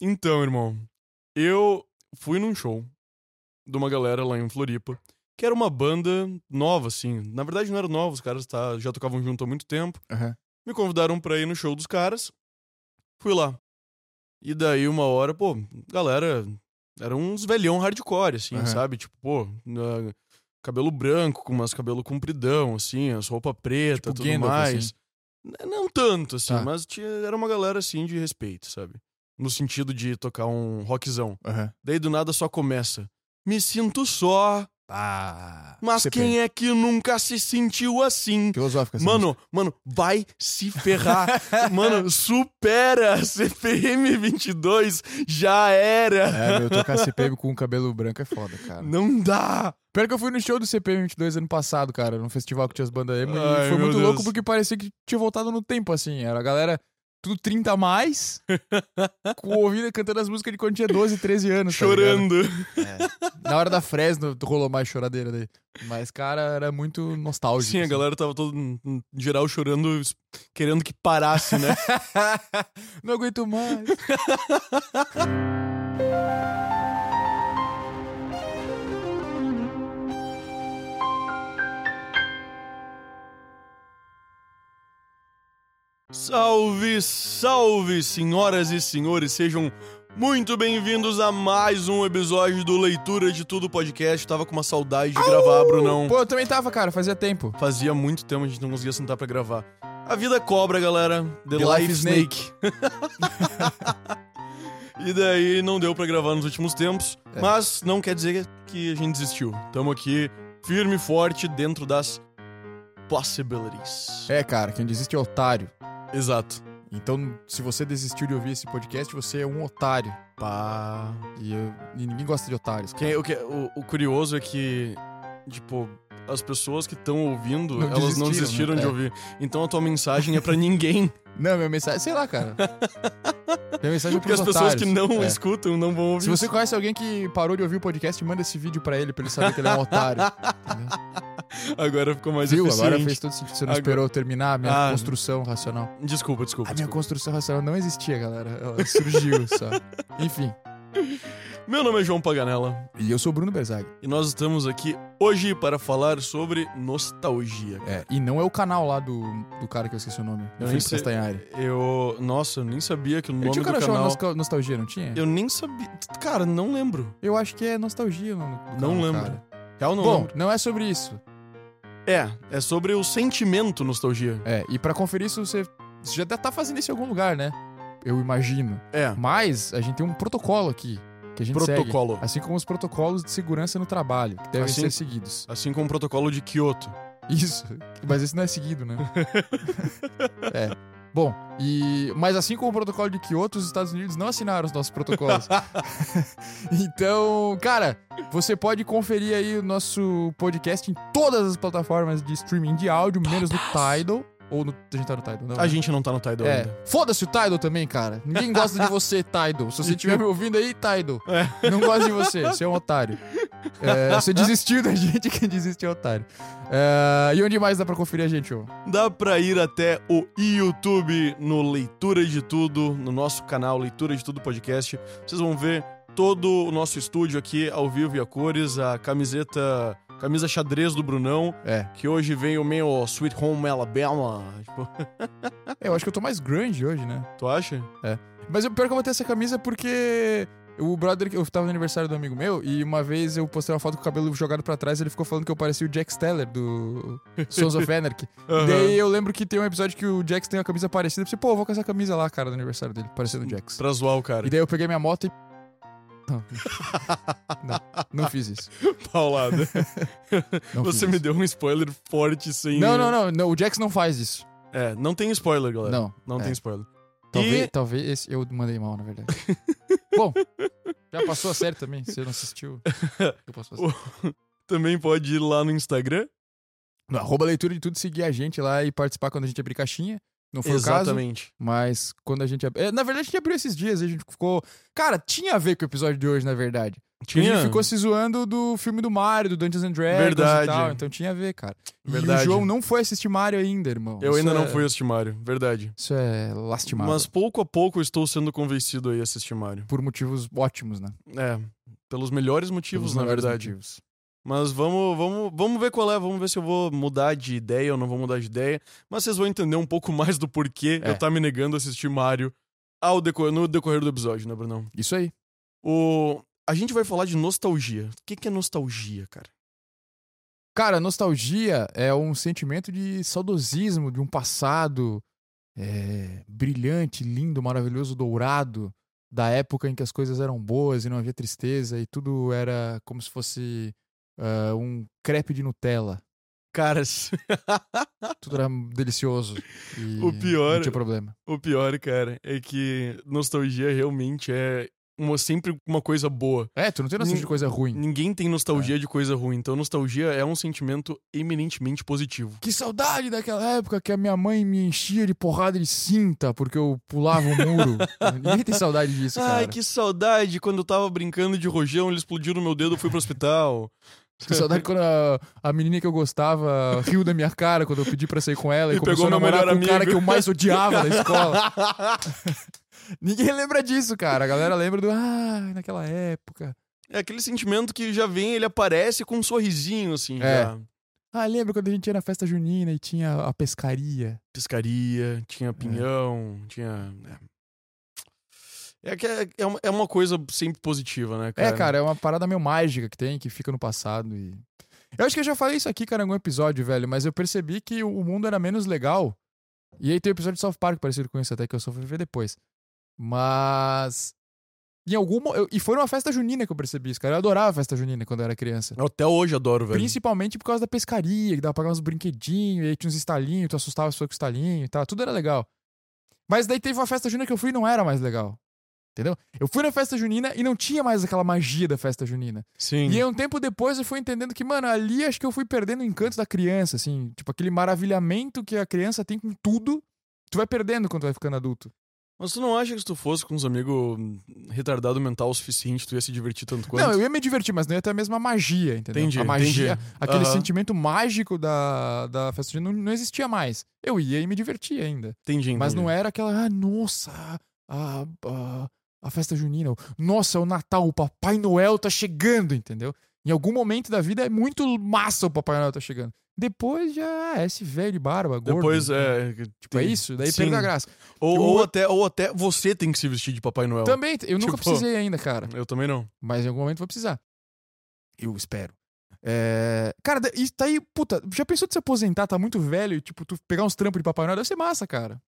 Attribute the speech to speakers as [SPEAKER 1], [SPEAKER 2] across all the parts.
[SPEAKER 1] Então, irmão, eu fui num show de uma galera lá em Floripa, que era uma banda nova, assim. Na verdade, não era nova, os caras tá- já tocavam junto há muito tempo.
[SPEAKER 2] Aham.
[SPEAKER 1] Me convidaram pra ir no show dos caras. Fui lá. E daí, uma hora, pô, galera. Era uns velhão hardcore, assim,
[SPEAKER 2] Aham.
[SPEAKER 1] sabe? Tipo, pô, na- cabelo branco, com umas cabelo compridão, assim, as roupa preta,
[SPEAKER 2] Tipo
[SPEAKER 1] tudo
[SPEAKER 2] Gandalf,
[SPEAKER 1] mais.
[SPEAKER 2] assim.
[SPEAKER 1] N- Não tanto, assim,
[SPEAKER 2] Tá.
[SPEAKER 1] mas tinha, era uma galera, assim, de respeito, sabe? No sentido de tocar um rockzão.
[SPEAKER 2] Aham.
[SPEAKER 1] Daí, do nada, só começa. Me sinto só,
[SPEAKER 2] Ah.
[SPEAKER 1] mas
[SPEAKER 2] CP.
[SPEAKER 1] quem é que nunca se sentiu assim?
[SPEAKER 2] Filosófica, essa
[SPEAKER 1] Mano, mano, vai se ferrar. mano, supera a CPM 22, já era.
[SPEAKER 2] É, meu, tocar CPM com o cabelo branco é foda, cara. Tá
[SPEAKER 1] Não dá.
[SPEAKER 2] Pior que eu fui no show do CPM 22 ano passado, cara, num festival que tinha as bandas emo,
[SPEAKER 1] Ai,
[SPEAKER 2] e foi
[SPEAKER 1] meu
[SPEAKER 2] muito
[SPEAKER 1] Deus.
[SPEAKER 2] louco porque parecia que tinha voltado no tempo, assim. Era a galera tudo 30 a mais, com o ouvido cantando as músicas de quando tinha 12, 13 anos. tá ligado?
[SPEAKER 1] Chorando.
[SPEAKER 2] Na hora da Fresno rolou mais choradeira daí. Mas, cara, era muito nostálgico.
[SPEAKER 1] Sim, a
[SPEAKER 2] assim.
[SPEAKER 1] galera tava todo em em geral chorando, es- querendo que parasse, né?
[SPEAKER 2] Não aguento mais.
[SPEAKER 1] salve, salve, senhoras e senhores, sejam muito bem-vindos a mais um episódio do Leitura de Tudo Podcast. Tava com uma saudade de gravar, Brunão.
[SPEAKER 2] Pô, eu também tava, cara, fazia tempo.
[SPEAKER 1] Fazia muito tempo a gente não conseguia sentar pra gravar. A vida cobra, galera. The,
[SPEAKER 2] The
[SPEAKER 1] Life Snake. E daí não deu pra gravar nos últimos tempos,
[SPEAKER 2] É.
[SPEAKER 1] mas não quer dizer que a gente desistiu. Tamo aqui firme e forte dentro das possibilities.
[SPEAKER 2] É, cara, quem desiste é otário.
[SPEAKER 1] Exato.
[SPEAKER 2] Então, se você desistiu de ouvir esse podcast, você é um otário.
[SPEAKER 1] Pá.
[SPEAKER 2] E, eu- e ninguém gosta de otários. cara.
[SPEAKER 1] Quem- o, que- o- o curioso é que, tipo, as pessoas que estão ouvindo,
[SPEAKER 2] Não
[SPEAKER 1] elas não desistiram
[SPEAKER 2] desistiram, né?
[SPEAKER 1] de
[SPEAKER 2] É.
[SPEAKER 1] ouvir. Então a tua mensagem é pra ninguém.
[SPEAKER 2] Não, minha mensagem, sei lá, cara. minha mensagem é
[SPEAKER 1] Porque
[SPEAKER 2] pros
[SPEAKER 1] as pessoas
[SPEAKER 2] otários.
[SPEAKER 1] que não
[SPEAKER 2] É.
[SPEAKER 1] escutam não vão ouvir.
[SPEAKER 2] Se você conhece alguém que parou de ouvir o podcast, manda esse vídeo pra ele, pra ele saber que ele é um otário. entendeu?
[SPEAKER 1] Agora ficou mais
[SPEAKER 2] Viu?
[SPEAKER 1] eficiente.
[SPEAKER 2] Agora fez todo sentido. Você não
[SPEAKER 1] é Agora-
[SPEAKER 2] esperou eu terminar a minha
[SPEAKER 1] Ah.
[SPEAKER 2] construção racional.
[SPEAKER 1] Desculpa, desculpa.
[SPEAKER 2] A minha
[SPEAKER 1] desculpa.
[SPEAKER 2] construção racional não existia, galera. Ela surgiu só. Enfim.
[SPEAKER 1] Meu nome é João Paganella.
[SPEAKER 2] E eu sou o Bruno Berzag.
[SPEAKER 1] E nós estamos aqui hoje para falar sobre nostalgia.
[SPEAKER 2] É, e não é o canal lá do, do cara que eu esqueci o nome.
[SPEAKER 1] Eu nem
[SPEAKER 2] Eu Felipe
[SPEAKER 1] sei-
[SPEAKER 2] Castanhari.
[SPEAKER 1] Eu. Nossa, eu nem sabia que o
[SPEAKER 2] Ele
[SPEAKER 1] nome
[SPEAKER 2] tinha um
[SPEAKER 1] do
[SPEAKER 2] cara chamado
[SPEAKER 1] canal.
[SPEAKER 2] Nostal- Nostalgia, não tinha? Eu...
[SPEAKER 1] Eu nem sabia. Cara, não lembro.
[SPEAKER 2] acho que é Nostalgia o nome do
[SPEAKER 1] Não
[SPEAKER 2] canal,
[SPEAKER 1] lembro.
[SPEAKER 2] cara.
[SPEAKER 1] Real não
[SPEAKER 2] Bom,
[SPEAKER 1] lembro.
[SPEAKER 2] não é sobre isso.
[SPEAKER 1] É, é sobre o sentimento nostalgia.
[SPEAKER 2] É, e pra conferir isso, você você já deve tá fazendo isso em algum lugar, né? Eu imagino.
[SPEAKER 1] É,
[SPEAKER 2] Mas a gente tem um protocolo aqui que a gente segue.
[SPEAKER 1] protocolo.
[SPEAKER 2] Assim como os protocolos de segurança no trabalho, que devem
[SPEAKER 1] Assim-
[SPEAKER 2] ser seguidos.
[SPEAKER 1] Assim como o protocolo de Kyoto.
[SPEAKER 2] Isso. Mas esse não é seguido, né? é. Bom, e mas assim como o protocolo de Kyoto, os Estados Unidos não assinaram os nossos protocolos. então, cara, você pode conferir aí o nosso podcast em todas as plataformas de streaming de áudio, menos no Tidal. Ou no, a gente tá no Tidal, não?
[SPEAKER 1] A gente não tá no Tidal
[SPEAKER 2] É.
[SPEAKER 1] ainda.
[SPEAKER 2] Foda-se o Tidal também, cara. Ninguém gosta de você, Tidal. Se você estiver me ouvindo aí, Tidal. Não gosto de você, você é um otário. É, você desistiu da gente, quem desiste é otário. É, e onde mais dá pra conferir a gente, ô?
[SPEAKER 1] Dá pra ir até o YouTube no Leitura de Tudo, no nosso canal Leitura de Tudo Podcast. Vocês vão ver todo o nosso estúdio aqui ao vivo e a cores, a camiseta, camisa xadrez do Brunão,
[SPEAKER 2] É.
[SPEAKER 1] que hoje veio meio Sweet Home Alabama. Tipo,
[SPEAKER 2] É, Eu acho que eu tô mais grande hoje, né?
[SPEAKER 1] tu acha?
[SPEAKER 2] Mas o pior que eu vou ter essa camisa porque o brother, que- eu tava no aniversário do amigo meu e uma vez eu postei uma foto com o cabelo jogado pra trás e ele ficou falando que eu parecia o Jack Steller do Sons of Anarchy. Daí eu lembro que tem um episódio que o Jax tem uma camisa parecida. Eu pensei, pô, eu vou com essa camisa lá, cara, do aniversário dele, parecendo o Jax.
[SPEAKER 1] Pra zoar o cara.
[SPEAKER 2] E daí eu peguei minha moto e. Não, não, não fiz isso.
[SPEAKER 1] Paulada.
[SPEAKER 2] Não
[SPEAKER 1] Você
[SPEAKER 2] fiz
[SPEAKER 1] me
[SPEAKER 2] isso.
[SPEAKER 1] deu um spoiler forte sem.
[SPEAKER 2] Não, não, não, não, O Jax não faz isso.
[SPEAKER 1] É, não tem spoiler, galera.
[SPEAKER 2] Não.
[SPEAKER 1] Não
[SPEAKER 2] é.
[SPEAKER 1] tem spoiler.
[SPEAKER 2] Talvez,
[SPEAKER 1] E-
[SPEAKER 2] talvez esse eu mandei mal, na verdade. Bom, já passou a série também. Você não assistiu. Eu posso fazer.
[SPEAKER 1] Também pode ir lá no Instagram.
[SPEAKER 2] No arroba leitura de tudo, seguir a gente lá e participar quando a gente abrir caixinha. Não foi o caso.
[SPEAKER 1] Exatamente.
[SPEAKER 2] eh, Mas quando a gente. ab- é, na verdade, a gente abriu esses dias, a gente ficou. Cara, tinha a ver com o episódio de hoje, na verdade.
[SPEAKER 1] Tinha.
[SPEAKER 2] Ele ficou se zoando do filme do Mario, do Dungeons and Dragons
[SPEAKER 1] Verdade.
[SPEAKER 2] e tal. Então tinha a ver, cara.
[SPEAKER 1] Verdade.
[SPEAKER 2] E o João não foi assistir Mario ainda, irmão.
[SPEAKER 1] Eu
[SPEAKER 2] Isso
[SPEAKER 1] ainda não
[SPEAKER 2] é-
[SPEAKER 1] fui assistir Mario, verdade.
[SPEAKER 2] Isso é lastimável.
[SPEAKER 1] Mas pouco a pouco eu estou sendo convencido aí a assistir Mario.
[SPEAKER 2] Por motivos ótimos, né?
[SPEAKER 1] É, pelos melhores motivos,
[SPEAKER 2] Pelos
[SPEAKER 1] na
[SPEAKER 2] melhores
[SPEAKER 1] verdade.
[SPEAKER 2] motivos.
[SPEAKER 1] Mas vamos, vamos, vamos ver qual é, vamos ver se eu vou mudar de ideia ou não vou mudar de ideia. Mas vocês vão entender um pouco mais do porquê
[SPEAKER 2] É.
[SPEAKER 1] eu tá me negando a assistir Mario ao deco- no decorrer do episódio, né, Brunão?
[SPEAKER 2] Isso aí.
[SPEAKER 1] O... A gente vai falar de nostalgia. O que, que é nostalgia, cara?
[SPEAKER 2] Cara, nostalgia é um sentimento de saudosismo de um passado é, brilhante, lindo, maravilhoso, dourado, da época em que as coisas eram boas e não havia tristeza e tudo era como se fosse ah, um crepe de Nutella.
[SPEAKER 1] Caras,
[SPEAKER 2] Tudo era delicioso. e
[SPEAKER 1] O pior-
[SPEAKER 2] Não tinha problema.
[SPEAKER 1] o pior, cara, é que nostalgia realmente é uma, sempre uma coisa boa.
[SPEAKER 2] É, tu não tem noção de coisa ruim.
[SPEAKER 1] Ninguém tem nostalgia de coisa ruim, então nostalgia é um sentimento eminentemente positivo.
[SPEAKER 2] Que saudade daquela época que a minha mãe me enchia de porrada de cinta porque eu pulava o muro. Ninguém tem saudade disso, cara.
[SPEAKER 1] Ai, que saudade! Quando eu tava brincando de rojão, eles explodiram meu dedo, eu fui pro hospital.
[SPEAKER 2] Que saudade quando a, a menina que eu gostava riu da minha cara quando eu pedi pra sair com ela e,
[SPEAKER 1] E
[SPEAKER 2] começou
[SPEAKER 1] pegou
[SPEAKER 2] a
[SPEAKER 1] meu
[SPEAKER 2] namorar
[SPEAKER 1] melhor
[SPEAKER 2] com o cara
[SPEAKER 1] amigo.
[SPEAKER 2] que eu mais odiava na escola. Ninguém lembra disso, cara. A galera lembra do ah, naquela época.
[SPEAKER 1] é aquele sentimento que já vem, ele aparece com um sorrisinho, assim,
[SPEAKER 2] É.
[SPEAKER 1] já.
[SPEAKER 2] Ah, lembra quando a gente ia na festa junina e tinha a pescaria?
[SPEAKER 1] Pescaria, tinha pinhão, tinha. né. É. É, que é, é uma, é uma coisa sempre positiva, né, cara?
[SPEAKER 2] É, cara, é uma parada meio mágica que tem, que fica no passado e. Eu acho que eu já falei isso aqui, cara, em algum episódio, velho, mas eu percebi que o mundo era menos legal. E aí tem um episódio de South Park parecido com isso, até que eu só fui ver depois. Mas. Em alguma. eu- E foi numa festa junina que eu percebi isso, cara. Eu adorava a festa junina quando eu era criança.
[SPEAKER 1] Eu Até hoje adoro, velho.
[SPEAKER 2] Principalmente por causa da pescaria, que dava pra pagar uns brinquedinhos, e aí tinha uns estalinhos, tu assustava as pessoas com estalinho e tal, tudo era legal. Mas daí teve uma festa junina que eu fui e não era mais legal. Entendeu? Eu fui na festa junina e não tinha mais aquela magia da festa junina.
[SPEAKER 1] Sim.
[SPEAKER 2] E aí, um tempo depois eu fui entendendo que, mano, ali acho que eu fui perdendo o encanto da criança, assim. Tipo, aquele maravilhamento que a criança tem com tudo, tu vai perdendo quando tu vai ficando adulto.
[SPEAKER 1] Mas tu não acha que se tu fosse com uns amigos retardado mental o suficiente, tu ia se divertir tanto quanto?
[SPEAKER 2] Não, eu ia me divertir, mas não ia ter a mesma magia, entendeu?
[SPEAKER 1] Entendi,
[SPEAKER 2] a magia,
[SPEAKER 1] entendi.
[SPEAKER 2] aquele
[SPEAKER 1] Aham.
[SPEAKER 2] sentimento mágico da, da festa junina não, não existia mais. Eu ia e me divertia ainda.
[SPEAKER 1] entendi, entendi.
[SPEAKER 2] Mas não era aquela, ah, nossa, a, a, a festa junina, o- nossa, o Natal, o Papai Noel tá chegando, entendeu? Em algum momento da vida é muito massa o Papai Noel tá chegando. Depois já é esse velho de barba, gordo.
[SPEAKER 1] Depois é.
[SPEAKER 2] Tipo, é isso? Daí
[SPEAKER 1] Sim.
[SPEAKER 2] perdeu a graça.
[SPEAKER 1] Ou,
[SPEAKER 2] Eu-
[SPEAKER 1] ou até, ou até você tem que se vestir de Papai Noel.
[SPEAKER 2] Também, eu nunca
[SPEAKER 1] Tipo-
[SPEAKER 2] precisei ainda, cara.
[SPEAKER 1] Eu também não.
[SPEAKER 2] Mas em algum momento vou precisar. Eu espero. É... Cara, da- e tá aí, puta, já pensou de se aposentar, tá muito velho, e tipo, tu pegar uns trampos de Papai Noel, deve ser massa, cara.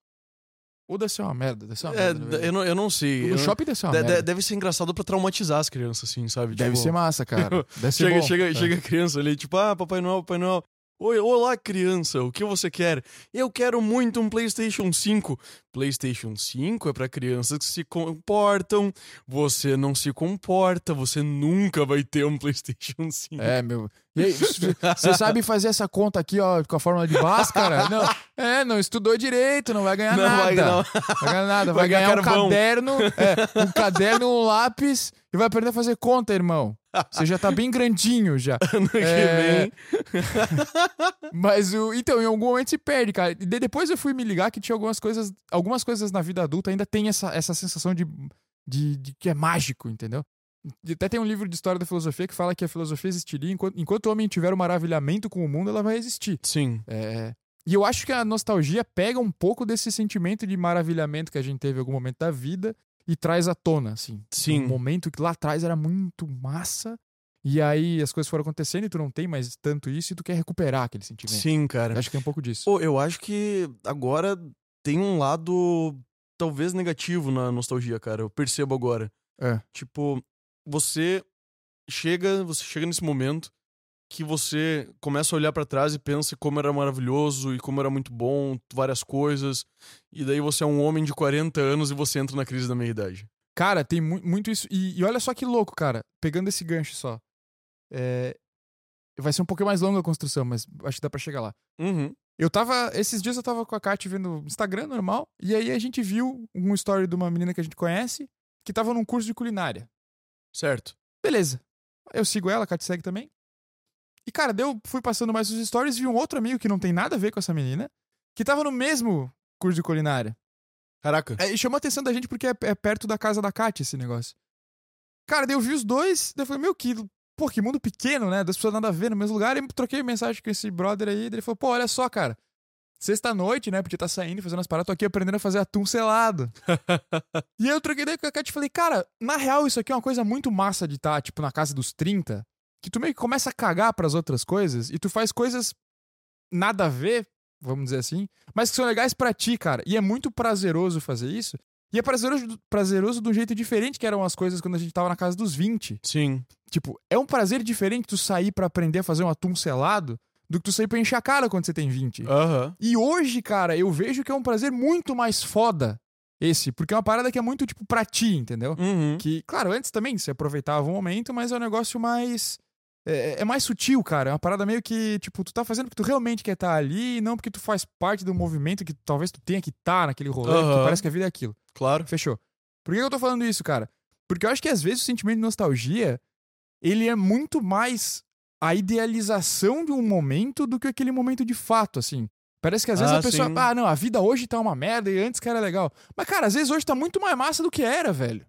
[SPEAKER 2] Ou deve ser uma merda, deve ser uma
[SPEAKER 1] É,
[SPEAKER 2] merda. na
[SPEAKER 1] eu
[SPEAKER 2] verdade.
[SPEAKER 1] não, eu não sei.
[SPEAKER 2] Tá, no
[SPEAKER 1] Eu-
[SPEAKER 2] shopping deve ser uma
[SPEAKER 1] de- de-
[SPEAKER 2] merda.
[SPEAKER 1] deve ser engraçado pra traumatizar as crianças, assim, sabe?
[SPEAKER 2] Deve
[SPEAKER 1] Tipo,
[SPEAKER 2] ser massa, cara. Deve ser
[SPEAKER 1] Chega,
[SPEAKER 2] bom.
[SPEAKER 1] chega,
[SPEAKER 2] É.
[SPEAKER 1] chega a criança ali, tipo, ah, Papai Noel, Papai Noel. Oi, olá, criança, o que você quer? Eu quero muito um PlayStation 5. PlayStation 5 é pra crianças que se comportam. Você não se comporta, você nunca vai ter um PlayStation 5.
[SPEAKER 2] É, meu. E aí, você sabe fazer essa conta aqui, ó, com a fórmula de Bhaskara? Não, é, não estudou direito, não vai ganhar
[SPEAKER 1] Não
[SPEAKER 2] nada.
[SPEAKER 1] vai, não.
[SPEAKER 2] Vai ganhar nada,
[SPEAKER 1] Vai
[SPEAKER 2] vai,
[SPEAKER 1] ganhar
[SPEAKER 2] ganhar, um
[SPEAKER 1] carvão.
[SPEAKER 2] caderno, é, um caderno, um lápis e vai aprender a fazer conta, irmão. Você já tá bem grandinho já.
[SPEAKER 1] Ano que
[SPEAKER 2] É.
[SPEAKER 1] vem.
[SPEAKER 2] Mas o então em algum momento se perde, cara. E de- depois eu fui me ligar que tinha algumas coisas, algumas coisas na vida adulta ainda tem essa, essa sensação de, de, de que é mágico, entendeu? E até tem um livro de história da filosofia que fala que a filosofia existiria enquanto, enquanto o homem tiver o maravilhamento com o mundo, ela vai existir.
[SPEAKER 1] Sim.
[SPEAKER 2] É, E eu acho que a nostalgia pega um pouco desse sentimento de maravilhamento que a gente teve em algum momento da vida e traz à tona, assim.
[SPEAKER 1] Sim.
[SPEAKER 2] Um momento que lá atrás era muito massa, e aí as coisas foram acontecendo e tu não tem mais tanto isso e tu quer recuperar aquele sentimento.
[SPEAKER 1] Sim, cara.
[SPEAKER 2] Eu acho é que tem um pouco disso.
[SPEAKER 1] Pô, eu acho que agora tem um lado talvez negativo na nostalgia, cara. Eu percebo agora.
[SPEAKER 2] É.
[SPEAKER 1] Tipo, você chega, você chega nesse momento que você começa a olhar pra trás e pensa como era maravilhoso e como era muito bom, várias coisas. E daí você é um homem de 40 anos e você entra na crise da meia-idade.
[SPEAKER 2] Cara, tem mu- muito isso. E, e olha só que louco, cara. Pegando esse gancho só. É, Vai ser um pouquinho mais longa a construção, mas acho que dá pra chegar lá.
[SPEAKER 1] Uhum.
[SPEAKER 2] Eu tava. Esses dias eu tava com a Kate vendo Instagram normal. E aí a gente viu um story de uma menina que a gente conhece que tava num curso de culinária.
[SPEAKER 1] Certo.
[SPEAKER 2] Beleza. Eu sigo ela, a Kat segue também. E, cara, daí eu fui passando mais os stories e vi um outro amigo que não tem nada a ver com essa menina, que tava no mesmo curso de culinária.
[SPEAKER 1] Caraca.
[SPEAKER 2] É, E chamou a atenção da gente porque é, é perto da casa da Kat esse negócio. Cara, daí eu vi os dois, daí eu falei, meu, que, pô, que mundo pequeno, né? Duas pessoas nada a ver no mesmo lugar. E troquei mensagem com esse brother aí, daí ele falou, pô, olha só, cara. Sexta-noite, né? Podia estar saindo, fazendo as paradas, tô aqui aprendendo a fazer atum selado. e eu troquei ideia com a Kat e falei, cara, na real, isso aqui é uma coisa muito massa de estar, tipo, na casa dos 30, que tu meio que começa a cagar pras outras coisas e tu faz coisas nada a ver, vamos dizer assim, mas que são legais pra ti, cara. E é muito prazeroso fazer isso. E é prazeroso, prazeroso de um jeito diferente que eram as coisas quando a gente tava na casa dos 20.
[SPEAKER 1] Sim.
[SPEAKER 2] Tipo, é um prazer diferente tu sair pra aprender a fazer um atum selado do que tu sair pra encher a cara quando você tem 20.
[SPEAKER 1] Aham.
[SPEAKER 2] E hoje, cara, eu vejo que é um prazer muito mais foda esse, porque é uma parada que é muito, tipo, pra ti, entendeu?
[SPEAKER 1] Uhum.
[SPEAKER 2] Que, claro, antes também você aproveitava o momento, mas é um negócio mais. É, é mais sutil, cara. É uma parada meio que, tipo, tu tá fazendo porque tu realmente quer estar ali, e não porque tu faz parte do movimento que talvez tu tenha que estar naquele rolê,
[SPEAKER 1] Aham.
[SPEAKER 2] porque parece que a vida é aquilo.
[SPEAKER 1] Claro.
[SPEAKER 2] Fechou. Por que eu tô falando isso, cara? Porque eu acho que às vezes o sentimento de nostalgia, ele é muito mais a idealização de um momento do que aquele momento de fato, assim. Parece que às vezes
[SPEAKER 1] Ah,
[SPEAKER 2] a pessoa,
[SPEAKER 1] sim.
[SPEAKER 2] ah, não, a vida hoje tá uma merda e antes que era legal. Mas, cara, às vezes hoje tá muito mais massa do que era, velho.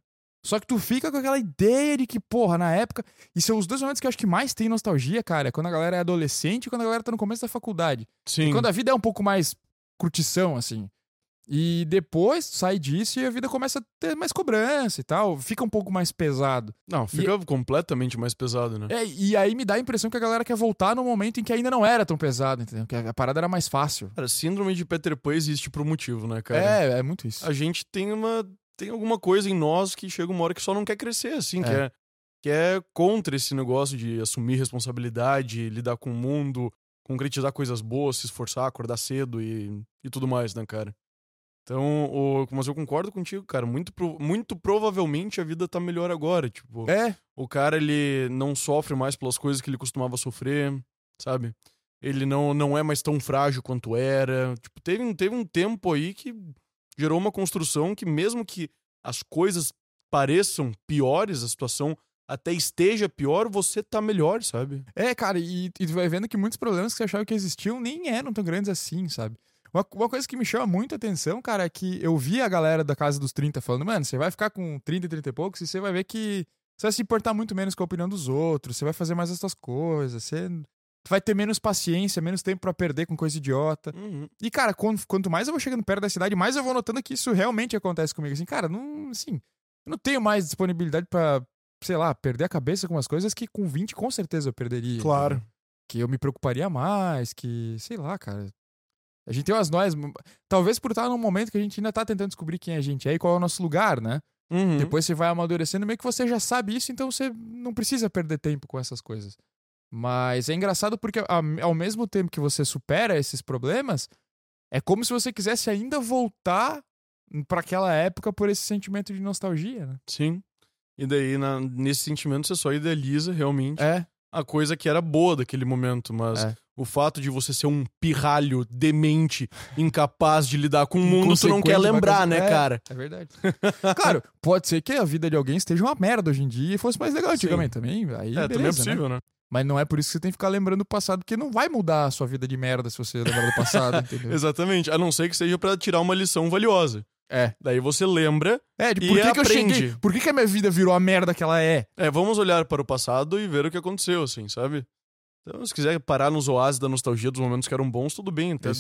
[SPEAKER 2] Só que tu fica com aquela ideia de que, porra, na época. E são os dois momentos que eu acho que mais tem nostalgia, cara. É quando a galera é adolescente e quando a galera tá no começo da faculdade.
[SPEAKER 1] Sim.
[SPEAKER 2] E quando a vida é um pouco mais curtição, assim. E depois sai disso e a vida começa a ter mais cobrança e tal. Fica um pouco mais pesado.
[SPEAKER 1] Não, fica completamente mais pesado, né?
[SPEAKER 2] É, e aí me dá a impressão que a galera quer voltar no momento em que ainda não era tão pesado, entendeu? Que a a parada era mais fácil.
[SPEAKER 1] Cara, síndrome de Peter Pan existe por um motivo, né, cara?
[SPEAKER 2] É, é muito isso.
[SPEAKER 1] a gente tem uma tem alguma coisa em nós que chega uma hora que só não quer crescer assim,
[SPEAKER 2] É.
[SPEAKER 1] que é que é contra esse negócio de assumir responsabilidade, lidar com o mundo, concretizar coisas boas, se esforçar, acordar cedo e, e tudo mais, né, cara? Então, o, mas eu concordo contigo, cara. Muito, pro- muito provavelmente a vida tá melhor agora. Tipo,
[SPEAKER 2] É,
[SPEAKER 1] o cara, ele não sofre mais pelas coisas que ele costumava sofrer, sabe? Ele não, não é mais tão frágil quanto era. Tipo, teve, um- teve um tempo aí que gerou uma construção que, mesmo que as coisas pareçam piores, a situação até esteja pior, você tá melhor, sabe?
[SPEAKER 2] é, cara, e, e tu vai vendo que muitos problemas que você achava que existiam nem eram tão grandes assim, sabe? Uma, uma coisa que me chama muito a atenção, cara, é que eu vi a galera da casa dos 30 falando, mano, você vai ficar com 30 e 30 e poucos e você vai ver que Você vai se importar muito menos com a opinião dos outros, você vai fazer mais as suas coisas, você tu vai ter menos paciência, menos tempo pra perder com coisa idiota.
[SPEAKER 1] Uhum.
[SPEAKER 2] E, cara, quan- quanto mais eu vou chegando perto da cidade, mais eu vou notando que isso realmente acontece comigo. Assim, cara, não, assim, eu não tenho mais disponibilidade pra, sei lá, perder a cabeça com umas coisas que com 20 com certeza eu perderia.
[SPEAKER 1] Claro.
[SPEAKER 2] entendeu? Que eu me preocuparia mais, que, sei lá, cara. A gente tem umas nós. Talvez por estar num momento que a gente ainda tá tentando descobrir quem a gente é e qual é o nosso lugar, né?
[SPEAKER 1] Uhum.
[SPEAKER 2] Depois você vai amadurecendo, meio que você já sabe isso, então você não precisa perder tempo com essas coisas. Mas é engraçado porque a- ao mesmo tempo que você supera esses problemas, é como se você quisesse ainda voltar pra aquela época por esse sentimento de nostalgia, né?
[SPEAKER 1] Sim. E daí, na- nesse sentimento, você só idealiza realmente
[SPEAKER 2] É,
[SPEAKER 1] a coisa que era boa daquele momento, mas
[SPEAKER 2] É.
[SPEAKER 1] o fato de você ser um pirralho demente, incapaz de lidar com o mundo, você não quer
[SPEAKER 2] Inconsequente,
[SPEAKER 1] lembrar, né,
[SPEAKER 2] bacana. É.
[SPEAKER 1] cara?
[SPEAKER 2] é verdade. claro, pode ser que a vida de alguém esteja uma merda hoje em dia e fosse mais legal antigamente também. Aí
[SPEAKER 1] É,
[SPEAKER 2] beleza,
[SPEAKER 1] também é
[SPEAKER 2] né?
[SPEAKER 1] possível, né?
[SPEAKER 2] Mas não é por isso que você tem que ficar lembrando do passado, porque não vai mudar a sua vida de merda se você lembrar do passado, entendeu?
[SPEAKER 1] Exatamente, a não ser que seja pra tirar uma lição valiosa.
[SPEAKER 2] É.
[SPEAKER 1] Daí você lembra,
[SPEAKER 2] É, de
[SPEAKER 1] E
[SPEAKER 2] por que, que eu
[SPEAKER 1] aprende.
[SPEAKER 2] cheguei? Por que, que a minha vida virou a merda que ela é?
[SPEAKER 1] é, vamos olhar para o passado e ver o que aconteceu, assim, sabe? Então, se quiser parar nos oásis da nostalgia dos momentos que eram bons, tudo bem, até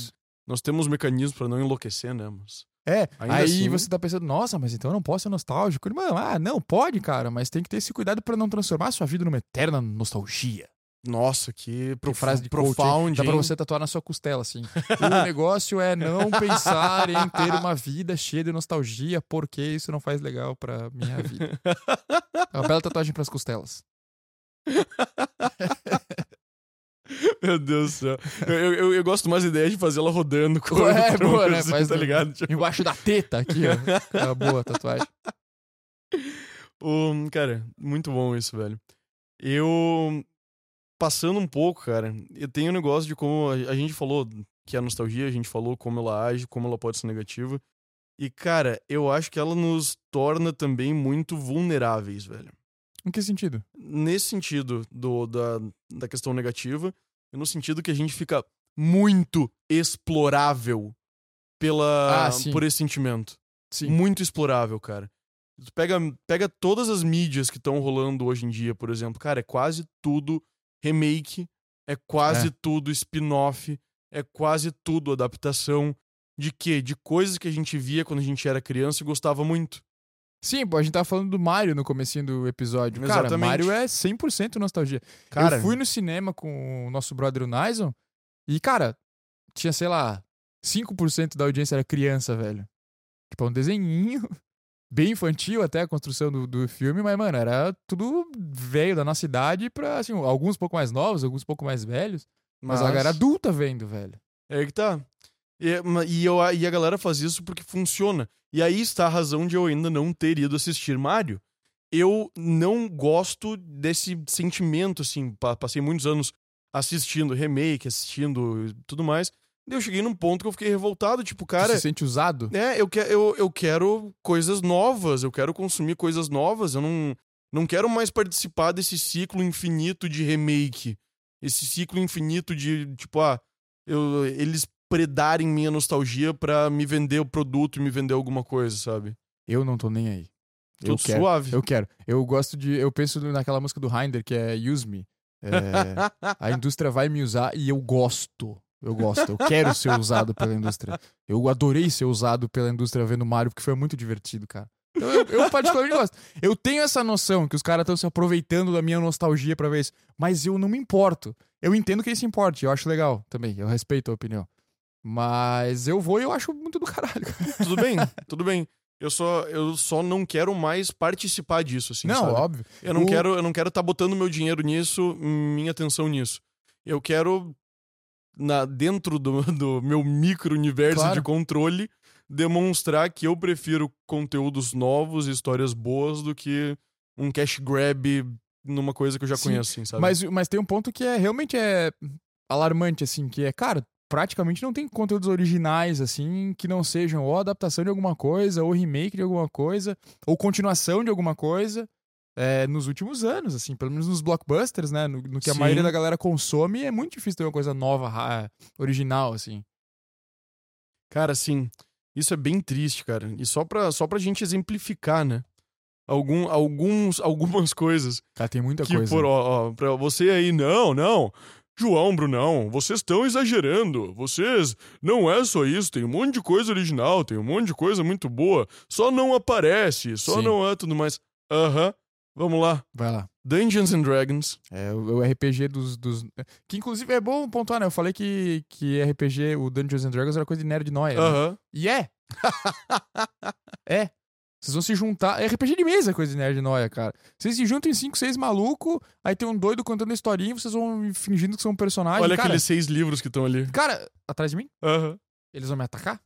[SPEAKER 1] nós temos mecanismos pra não enlouquecer, né? Mas...
[SPEAKER 2] É,
[SPEAKER 1] Ainda
[SPEAKER 2] aí
[SPEAKER 1] assim-
[SPEAKER 2] você tá pensando, nossa, mas então eu não posso ser nostálgico. Irmão, ah, não, pode, cara, mas tem que ter esse cuidado pra não transformar a sua vida numa eterna nostalgia.
[SPEAKER 1] Nossa, que,
[SPEAKER 2] Pro
[SPEAKER 1] prof...
[SPEAKER 2] frase de coach, hein?
[SPEAKER 1] profound.
[SPEAKER 2] um Dá pra
[SPEAKER 1] hein?
[SPEAKER 2] você tatuar na sua costela, assim. o negócio é não pensar em ter uma vida cheia de nostalgia, porque isso não faz legal pra minha vida. É uma bela tatuagem pras costelas.
[SPEAKER 1] Meu Deus do céu. Eu, eu, eu- eu gosto mais da ideia de fazer ela rodando com
[SPEAKER 2] É, boa, né?
[SPEAKER 1] assim,
[SPEAKER 2] Faz
[SPEAKER 1] tá
[SPEAKER 2] no-
[SPEAKER 1] ligado? Tipo,
[SPEAKER 2] Embaixo da teta aqui, ó. É uma boa tatuagem.
[SPEAKER 1] um, cara, muito bom isso, velho. Eu. Passando um pouco, cara, eu tenho um negócio de como. A a gente falou que é a nostalgia, a gente falou como ela age, como ela pode ser negativa. E, cara, eu acho que ela nos torna também muito vulneráveis, velho.
[SPEAKER 2] Em que sentido?
[SPEAKER 1] nesse sentido do, da, da questão negativa, e no sentido que a gente fica muito explorável pela,
[SPEAKER 2] Ah, sim.
[SPEAKER 1] por esse sentimento.
[SPEAKER 2] Sim.
[SPEAKER 1] Muito explorável, cara. Tu pega, pega todas as mídias que estão rolando hoje em dia, por exemplo, cara, é quase tudo remake, é quase
[SPEAKER 2] É.
[SPEAKER 1] tudo spin-off, é quase tudo adaptação. De quê? De coisas que a gente via quando a gente era criança e gostava muito.
[SPEAKER 2] Sim, pô, a gente tava falando do Mario no comecinho do episódio. Cara,
[SPEAKER 1] Exatamente.
[SPEAKER 2] Mario é 100% nostalgia.
[SPEAKER 1] Cara,
[SPEAKER 2] Eu fui no cinema com o nosso brother o Nison e, cara, tinha, sei lá, 5% da audiência era criança, velho. Tipo, é um desenhinho bem infantil até a construção do, do filme, mas, mano, era tudo velho da nossa idade pra, assim, alguns um pouco mais novos, alguns um pouco mais velhos, mas, a galera adulta vendo, velho.
[SPEAKER 1] É aí que tá. E, ma- e eu, e a galera faz isso porque funciona. E aí está a razão de eu ainda não ter ido assistir Mario. Eu não gosto desse sentimento, assim. pa- Passei muitos anos assistindo remake, assistindo e tudo mais. Daí eu cheguei num ponto que eu fiquei revoltado. Tipo,
[SPEAKER 2] Tu
[SPEAKER 1] cara,
[SPEAKER 2] se sente usado?
[SPEAKER 1] é, eu, que, eu, eu quero coisas novas, eu quero consumir coisas novas, eu não, não quero mais participar desse ciclo infinito de remake. Esse ciclo infinito de, tipo, ah, eu, eles predarem minha nostalgia pra me vender o produto e me vender alguma coisa, sabe?
[SPEAKER 2] Eu não tô nem aí. eu
[SPEAKER 1] Tudo
[SPEAKER 2] quero.
[SPEAKER 1] suave.
[SPEAKER 2] Eu quero. Eu gosto de. Eu penso naquela música do Heinder que é Use Me. É, a indústria vai me usar e eu gosto. Eu gosto. Eu quero ser usado pela indústria. Eu adorei ser usado pela indústria vendo Mario porque foi muito divertido, cara. Então, eu, eu particularmente gosto. Eu tenho essa noção que os caras estão se aproveitando da minha nostalgia pra ver isso, mas eu não me importo. Eu entendo que eles se importe, eu acho legal também, eu respeito a opinião. Mas eu vou e eu acho muito do caralho. cara.
[SPEAKER 1] Tudo bem, tudo bem. Eu só, eu só não quero mais participar disso, assim,
[SPEAKER 2] não,
[SPEAKER 1] sabe?
[SPEAKER 2] óbvio.
[SPEAKER 1] Eu não
[SPEAKER 2] O-
[SPEAKER 1] quero, eu não quero estar botando meu dinheiro nisso, minha atenção nisso. Eu quero na dentro do, do meu micro universo
[SPEAKER 2] Claro.
[SPEAKER 1] de controle demonstrar que eu prefiro conteúdos novos, histórias boas do que um cash grab numa coisa que eu já
[SPEAKER 2] Sim,
[SPEAKER 1] conheço, assim, sabe?
[SPEAKER 2] Mas, mas tem um ponto que é realmente é alarmante, assim, que é, cara, praticamente não tem conteúdos originais, assim, que não sejam ou adaptação de alguma coisa, ou remake de alguma coisa, ou continuação de alguma coisa. é, nos últimos anos, assim, pelo menos nos blockbusters, né? No, no que a
[SPEAKER 1] Sim.
[SPEAKER 2] maioria da galera consome, é muito difícil ter uma coisa nova, ra- original, assim.
[SPEAKER 1] Cara, assim, isso é bem triste, cara. E só pra, só pra gente exemplificar, né? Algum, alguns, algumas coisas
[SPEAKER 2] Cara, tem muita
[SPEAKER 1] que
[SPEAKER 2] coisa.
[SPEAKER 1] por, ó, ó, pra você aí, não, não. João, Brunão, vocês estão exagerando. Vocês, não é só isso, tem um monte de coisa original, tem um monte de coisa muito boa. Só não aparece, só
[SPEAKER 2] Sim.
[SPEAKER 1] não é tudo mais. Aham, vamos lá.
[SPEAKER 2] Vai lá.
[SPEAKER 1] Dungeons and Dragons.
[SPEAKER 2] É o, o RPG dos, dos- Que inclusive é bom pontuar, né? Eu falei que, que RPG, o Dungeons and Dragons, era coisa de nerd noia. né?
[SPEAKER 1] Aham.
[SPEAKER 2] E é. é. Vocês vão se juntar. É RPG de mesa, coisa de nerd noia, cara. Vocês se juntam em 5, 6 maluco, aí tem um doido contando historinha, vocês vão fingindo que são um personagem.
[SPEAKER 1] Olha
[SPEAKER 2] cara,
[SPEAKER 1] aqueles seis livros que estão ali.
[SPEAKER 2] Cara, atrás de mim?
[SPEAKER 1] Aham.
[SPEAKER 2] Eles vão me atacar?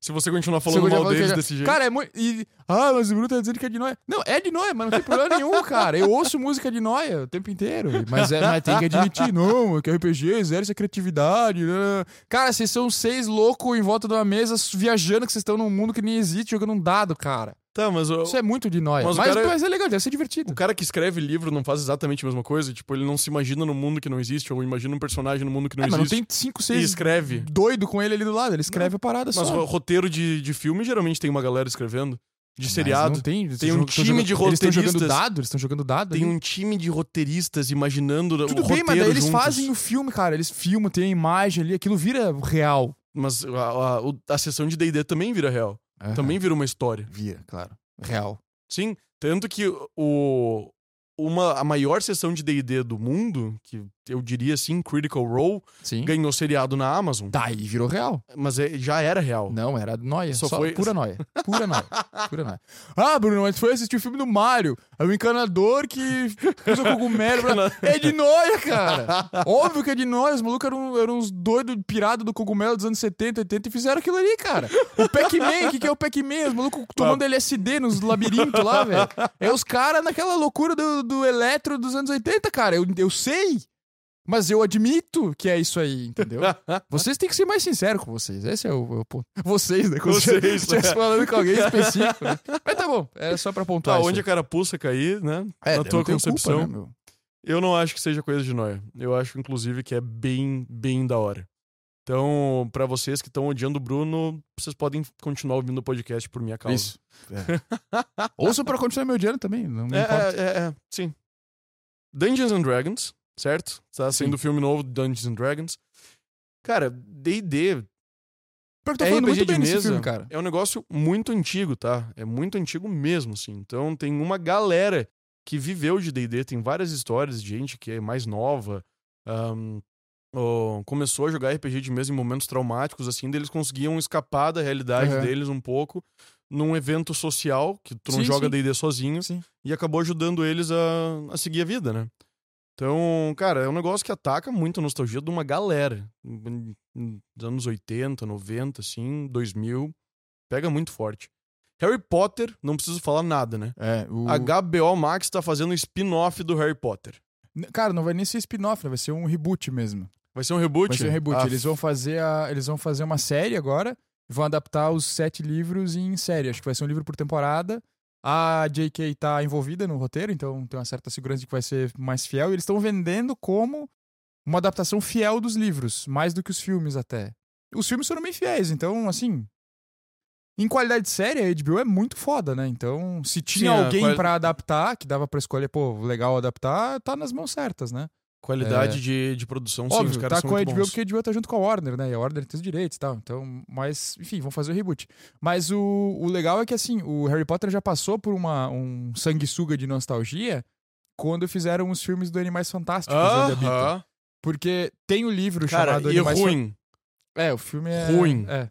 [SPEAKER 1] Se você continuar
[SPEAKER 2] Se eu
[SPEAKER 1] falando mal
[SPEAKER 2] continuar
[SPEAKER 1] deles
[SPEAKER 2] falando que
[SPEAKER 1] desse jeito.
[SPEAKER 2] Cara, é muito. e- Ah, mas o Bruno tá dizendo que é de noia. Não, é de noia, mas não tem problema nenhum, cara. Eu ouço música de noia o tempo inteiro. Mas, é, mas tem que admitir, não, que é RPG, zero essa criatividade. né? Cara, vocês são seis loucos em volta de uma mesa viajando, que vocês estão num mundo que nem existe, jogando um dado, cara.
[SPEAKER 1] tá, mas o,
[SPEAKER 2] Isso é muito de nós.
[SPEAKER 1] Mas
[SPEAKER 2] Mas,
[SPEAKER 1] o cara-
[SPEAKER 2] mas é legal, deve ser divertido.
[SPEAKER 1] o cara que escreve livro não faz exatamente a mesma coisa? Tipo, ele não se imagina no mundo que não existe, ou imagina um personagem no mundo que não
[SPEAKER 2] É, mas não
[SPEAKER 1] existe.
[SPEAKER 2] tem cinco,
[SPEAKER 1] E
[SPEAKER 2] seis
[SPEAKER 1] escreve.
[SPEAKER 2] doido com ele ali do lado. Ele escreve a parada
[SPEAKER 1] Mas
[SPEAKER 2] É só.
[SPEAKER 1] ro- roteiro de, de filme geralmente tem uma galera escrevendo. De seriado.
[SPEAKER 2] Mas não tem. eles
[SPEAKER 1] Tem
[SPEAKER 2] tão
[SPEAKER 1] um
[SPEAKER 2] jogando- tão
[SPEAKER 1] time
[SPEAKER 2] jogando-
[SPEAKER 1] de
[SPEAKER 2] Eles estão
[SPEAKER 1] roteiristas.
[SPEAKER 2] jogando dado, eles estão jogando dado.
[SPEAKER 1] Tem
[SPEAKER 2] ali.
[SPEAKER 1] um time de roteiristas imaginando
[SPEAKER 2] Tudo
[SPEAKER 1] o
[SPEAKER 2] bem,
[SPEAKER 1] um roteiro
[SPEAKER 2] mas daí eles
[SPEAKER 1] juntos.
[SPEAKER 2] fazem o filme, cara. Eles filmam, tem a imagem ali, aquilo vira real.
[SPEAKER 1] Mas a, a- o- a sessão de D&D também vira real. Também vira uma história.
[SPEAKER 2] vira, claro. Real.
[SPEAKER 1] Sim, tanto que o... Uma, a maior sessão de D&D do mundo, que eu diria assim, Critical Role,
[SPEAKER 2] Sim.
[SPEAKER 1] ganhou seriado na Amazon.
[SPEAKER 2] Daí virou real.
[SPEAKER 1] Mas é- já era real.
[SPEAKER 2] Não, era noia.
[SPEAKER 1] Só
[SPEAKER 2] Só,
[SPEAKER 1] foi-
[SPEAKER 2] pura noia. Pura noia. Pura noia. Ah, Bruno, mas tu foi assistir o filme do Mario. É o encanador que usa cogumelo. pra- É de noia, cara. Óbvio que é de noia. Os malucos eram, eram uns doidos pirados do cogumelo dos anos 70, 80 e fizeram aquilo ali, cara. O Pac-Man, o que, que é o Pac-Man? Os malucos tomando LSD nos labirintos lá, velho. É os caras naquela loucura do, do eletro dos anos 80, cara. Eu, eu sei. Mas eu admito que é isso aí, entendeu? vocês têm que ser mais sinceros com vocês. Esse é o, é o ponto. Vocês, né? Como se eu
[SPEAKER 1] Vocês,
[SPEAKER 2] estivesse
[SPEAKER 1] né?
[SPEAKER 2] falando com alguém específico. né? Mas tá bom, era só pra pontuar.
[SPEAKER 1] Tá,
[SPEAKER 2] isso
[SPEAKER 1] onde
[SPEAKER 2] aí.
[SPEAKER 1] a carapuça cair, né? na
[SPEAKER 2] eu
[SPEAKER 1] tua
[SPEAKER 2] não tenho
[SPEAKER 1] concepção.
[SPEAKER 2] culpa, né, meu?
[SPEAKER 1] Eu não acho que seja coisa de noia. Eu acho, inclusive, que é bem, bem da hora. Então, pra vocês que estão odiando o Bruno, vocês podem continuar ouvindo o podcast por minha causa.
[SPEAKER 2] Isso. É. Ouço pra continuar meu dinheiro também, não me
[SPEAKER 1] É, é,
[SPEAKER 2] importa.
[SPEAKER 1] é, é, sim. Dungeons and Dragons, certo? Tá
[SPEAKER 2] Sim.
[SPEAKER 1] sendo o filme novo do Dungeons and Dragons. Cara, D&D
[SPEAKER 2] Pior que tô
[SPEAKER 1] É
[SPEAKER 2] falando
[SPEAKER 1] RPG
[SPEAKER 2] muito
[SPEAKER 1] de
[SPEAKER 2] bem nesse
[SPEAKER 1] mesa.
[SPEAKER 2] filme, cara.
[SPEAKER 1] é um negócio muito antigo, tá? É muito antigo mesmo, assim. Então tem uma galera que viveu de D&D, tem várias histórias de gente que é mais nova, ahn, oh, começou a jogar RPG de mesa em momentos traumáticos, assim, daí eles conseguiam escapar da realidade
[SPEAKER 2] Aham.
[SPEAKER 1] deles um pouco num evento social, que tu não
[SPEAKER 2] Sim,
[SPEAKER 1] joga
[SPEAKER 2] sim.
[SPEAKER 1] D&D sozinho,
[SPEAKER 2] Sim.
[SPEAKER 1] e acabou ajudando eles a, a seguir a vida, né? Então, cara, é um negócio que ataca muito a nostalgia de uma galera. Hum, hum, Dos anos 80, 90, assim, 2000. Pega muito forte. Harry Potter, não preciso falar nada, né?
[SPEAKER 2] É, o...
[SPEAKER 1] HBO Max tá fazendo um spin-off do Harry Potter.
[SPEAKER 2] N- Cara, não vai nem ser spin-off, né? vai ser um reboot mesmo.
[SPEAKER 1] Vai ser um reboot?
[SPEAKER 2] Vai ser um reboot.
[SPEAKER 1] Ah,
[SPEAKER 2] Eles vão fazer a... eles vão fazer uma série agora, vão adaptar os sete livros em série. Acho que vai ser um livro por temporada. A JK tá envolvida no roteiro, então tem uma certa segurança de que vai ser mais fiel. E eles estão vendendo como uma adaptação fiel dos livros, mais do que os filmes até. Os filmes foram bem fiéis, então, assim. Em qualidade de série, a HBO é muito foda, né? Então, se tinha
[SPEAKER 1] a
[SPEAKER 2] alguém
[SPEAKER 1] é, quali-
[SPEAKER 2] pra adaptar, que dava pra escolher, pô, legal adaptar, tá nas mãos certas, né?
[SPEAKER 1] Qualidade de, de produção, sim, os
[SPEAKER 2] Óbvio,
[SPEAKER 1] caras
[SPEAKER 2] tá
[SPEAKER 1] são
[SPEAKER 2] com a
[SPEAKER 1] muito
[SPEAKER 2] HBO
[SPEAKER 1] bons.
[SPEAKER 2] porque a HBO tá junto com a Warner, né? E a Warner tem os direitos e tal. Então, mas, enfim, vão fazer o reboot. Mas o, o legal é que, assim, o Harry Potter já passou por uma, um sanguessuga de nostalgia quando fizeram os filmes do Animais Fantásticos. onde habita.
[SPEAKER 1] Aham.
[SPEAKER 2] Porque tem o livro
[SPEAKER 1] Cara,
[SPEAKER 2] chamado
[SPEAKER 1] e
[SPEAKER 2] Animais Fan-
[SPEAKER 1] ruim.
[SPEAKER 2] É, o filme é.
[SPEAKER 1] Ruim.
[SPEAKER 2] É.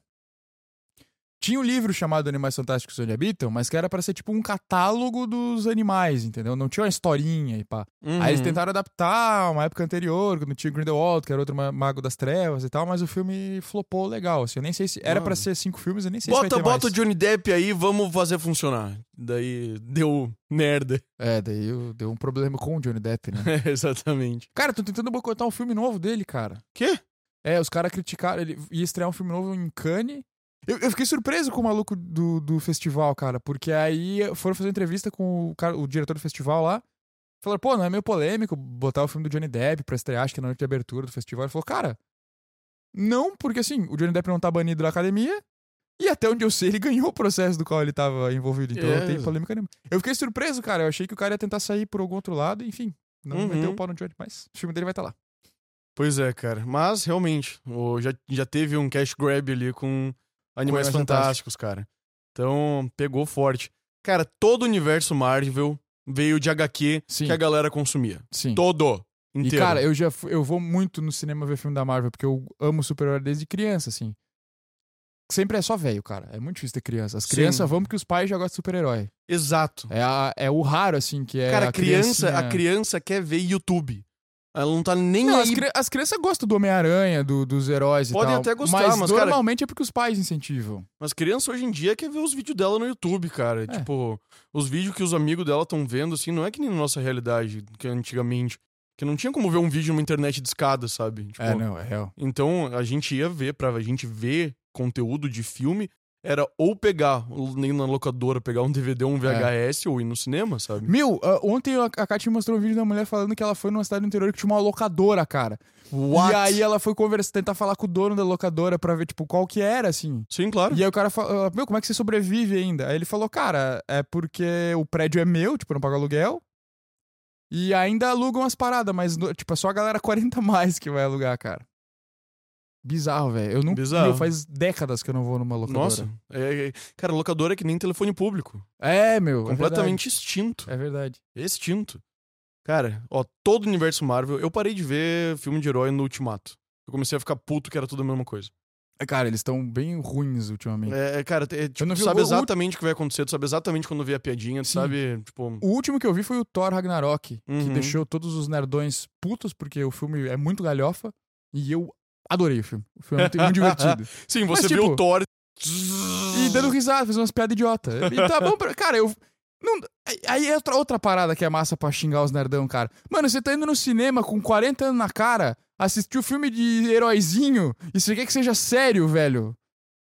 [SPEAKER 2] Tinha um livro chamado Animais Fantásticos Onde Habitam, mas que era pra ser tipo um catálogo dos animais, entendeu? Não tinha uma historinha e pá. Aí eles
[SPEAKER 1] Uhum.
[SPEAKER 2] tentaram adaptar uma época anterior, quando tinha o Grindelwald, que era outro ma- mago das trevas e tal, mas o filme flopou legal, assim. Eu nem sei se. Era
[SPEAKER 1] Mano.
[SPEAKER 2] pra ser cinco filmes, eu nem sei se
[SPEAKER 1] Bota,
[SPEAKER 2] vai ter
[SPEAKER 1] bota o
[SPEAKER 2] mais.
[SPEAKER 1] Johnny Depp aí, vamos fazer funcionar. Daí deu merda.
[SPEAKER 2] É, daí eu- deu um problema com o Johnny Depp, né?
[SPEAKER 1] Exatamente.
[SPEAKER 2] cara, tô tentando boicotar um filme novo dele, cara.
[SPEAKER 1] Quê?
[SPEAKER 2] É, os caras criticaram, ele ia estrear um filme novo em Cannes. Eu, eu fiquei surpreso com o maluco do, do festival, cara, porque aí foram fazer entrevista com o, cara, o diretor do festival lá. Falaram, pô, não é meio polêmico botar o filme do Johnny Depp pra estrear, acho que na noite de abertura do festival. Ele falou, cara, não, porque assim, o Johnny Depp não tá banido da academia. E até onde eu sei, ele ganhou o processo do qual ele tava envolvido, então
[SPEAKER 1] É.
[SPEAKER 2] não tem polêmica nenhuma. Eu fiquei surpreso, cara, eu achei que o cara ia tentar sair por algum outro lado, enfim. Não
[SPEAKER 1] Uhum.
[SPEAKER 2] meteu o pau no Johnny, mas o filme dele vai estar lá.
[SPEAKER 1] Pois é, cara. Mas, realmente, o- já, já teve um cash grab ali com Animais
[SPEAKER 2] Animais
[SPEAKER 1] Fantásticos, cara. Então, pegou forte. Cara, todo o universo Marvel veio de HQ
[SPEAKER 2] Sim.
[SPEAKER 1] que a galera consumia.
[SPEAKER 2] Sim.
[SPEAKER 1] Todo.
[SPEAKER 2] E,
[SPEAKER 1] Inteiro.
[SPEAKER 2] cara, eu já fu- eu vou muito no cinema ver filme da Marvel, porque eu amo super-herói desde criança, assim. Sempre é só velho, cara. É muito difícil ter criança. As
[SPEAKER 1] Sim.
[SPEAKER 2] crianças vão porque os pais já gostam de super-herói.
[SPEAKER 1] Exato.
[SPEAKER 2] É, a- é o raro, assim, que é.
[SPEAKER 1] cara,
[SPEAKER 2] a
[SPEAKER 1] a criança, a
[SPEAKER 2] criancinha-
[SPEAKER 1] criança quer ver YouTube. Ela não tá nem
[SPEAKER 2] Não, as,
[SPEAKER 1] aí.
[SPEAKER 2] cri- as crianças gostam do Homem-Aranha, do- dos heróis
[SPEAKER 1] Podem
[SPEAKER 2] e tal.
[SPEAKER 1] até gostar, mas, cara-
[SPEAKER 2] normalmente é porque os pais incentivam.
[SPEAKER 1] Mas criança hoje em dia quer ver os vídeos dela no YouTube, cara.
[SPEAKER 2] É.
[SPEAKER 1] Tipo, os vídeos que os amigos dela estão vendo, assim, não é que nem na nossa realidade, que é antigamente. Que não tinha como ver um vídeo numa internet de escada, sabe? Tipo,
[SPEAKER 2] é, não, é real.
[SPEAKER 1] Então a gente ia ver, pra gente ver conteúdo de filme, era ou pegar, ou nem na locadora, pegar um DVD
[SPEAKER 2] É.
[SPEAKER 1] ou um VHS ou ir no cinema, sabe?
[SPEAKER 2] Meu, ah, ontem a, a Kátia me mostrou um vídeo da mulher falando que ela foi numa cidade do interior que tinha uma locadora, cara. E aí ela foi conversar, tentar falar com o dono da locadora pra ver, tipo, qual que era, assim.
[SPEAKER 1] Sim, claro.
[SPEAKER 2] E aí o cara falou, meu, como é que você sobrevive ainda? Aí ele falou, cara, é porque o prédio é meu, tipo, eu não pago aluguel. E ainda alugam as paradas, mas, no- tipo, é só a galera 40 a mais que vai alugar, cara. Bizarro, velho. Eu nunca.
[SPEAKER 1] Bizarro.
[SPEAKER 2] Meu, faz décadas que eu não vou numa locadora.
[SPEAKER 1] Nossa, é- é- cara, locadora é que nem telefone público.
[SPEAKER 2] É, meu. é
[SPEAKER 1] completamente extinto.
[SPEAKER 2] verdade. É verdade.
[SPEAKER 1] Extinto. Cara, ó, todo o universo Marvel, eu parei de ver filme de herói no Ultimato. Eu comecei a ficar puto que era tudo a mesma coisa.
[SPEAKER 2] É, Cara, eles estão bem ruins ultimamente.
[SPEAKER 1] É, é, cara, é, tipo,
[SPEAKER 2] não
[SPEAKER 1] tu
[SPEAKER 2] vi o-
[SPEAKER 1] sabe
[SPEAKER 2] o-
[SPEAKER 1] exatamente o que vai acontecer, tu sabe exatamente quando vê a piadinha, tu
[SPEAKER 2] Sim.
[SPEAKER 1] sabe, tipo,
[SPEAKER 2] O último que eu vi foi o Thor Ragnarok, que
[SPEAKER 1] Uhum.
[SPEAKER 2] deixou todos os nerdões putos, porque o filme é muito galhofa. E eu adorei o filme. O filme é muito, muito divertido.
[SPEAKER 1] sim,
[SPEAKER 2] Mas,
[SPEAKER 1] você vê
[SPEAKER 2] tipo,
[SPEAKER 1] o Thor
[SPEAKER 2] E dando risada, fazendo umas piadas idiota. E tá bom pra... Cara, eu, Não- aí- aí é outra, outra parada que é massa pra xingar os nerdão, cara. Mano, você tá indo no cinema com 40 anos na cara, assistiu filme de heróizinho e você quer que seja sério, velho.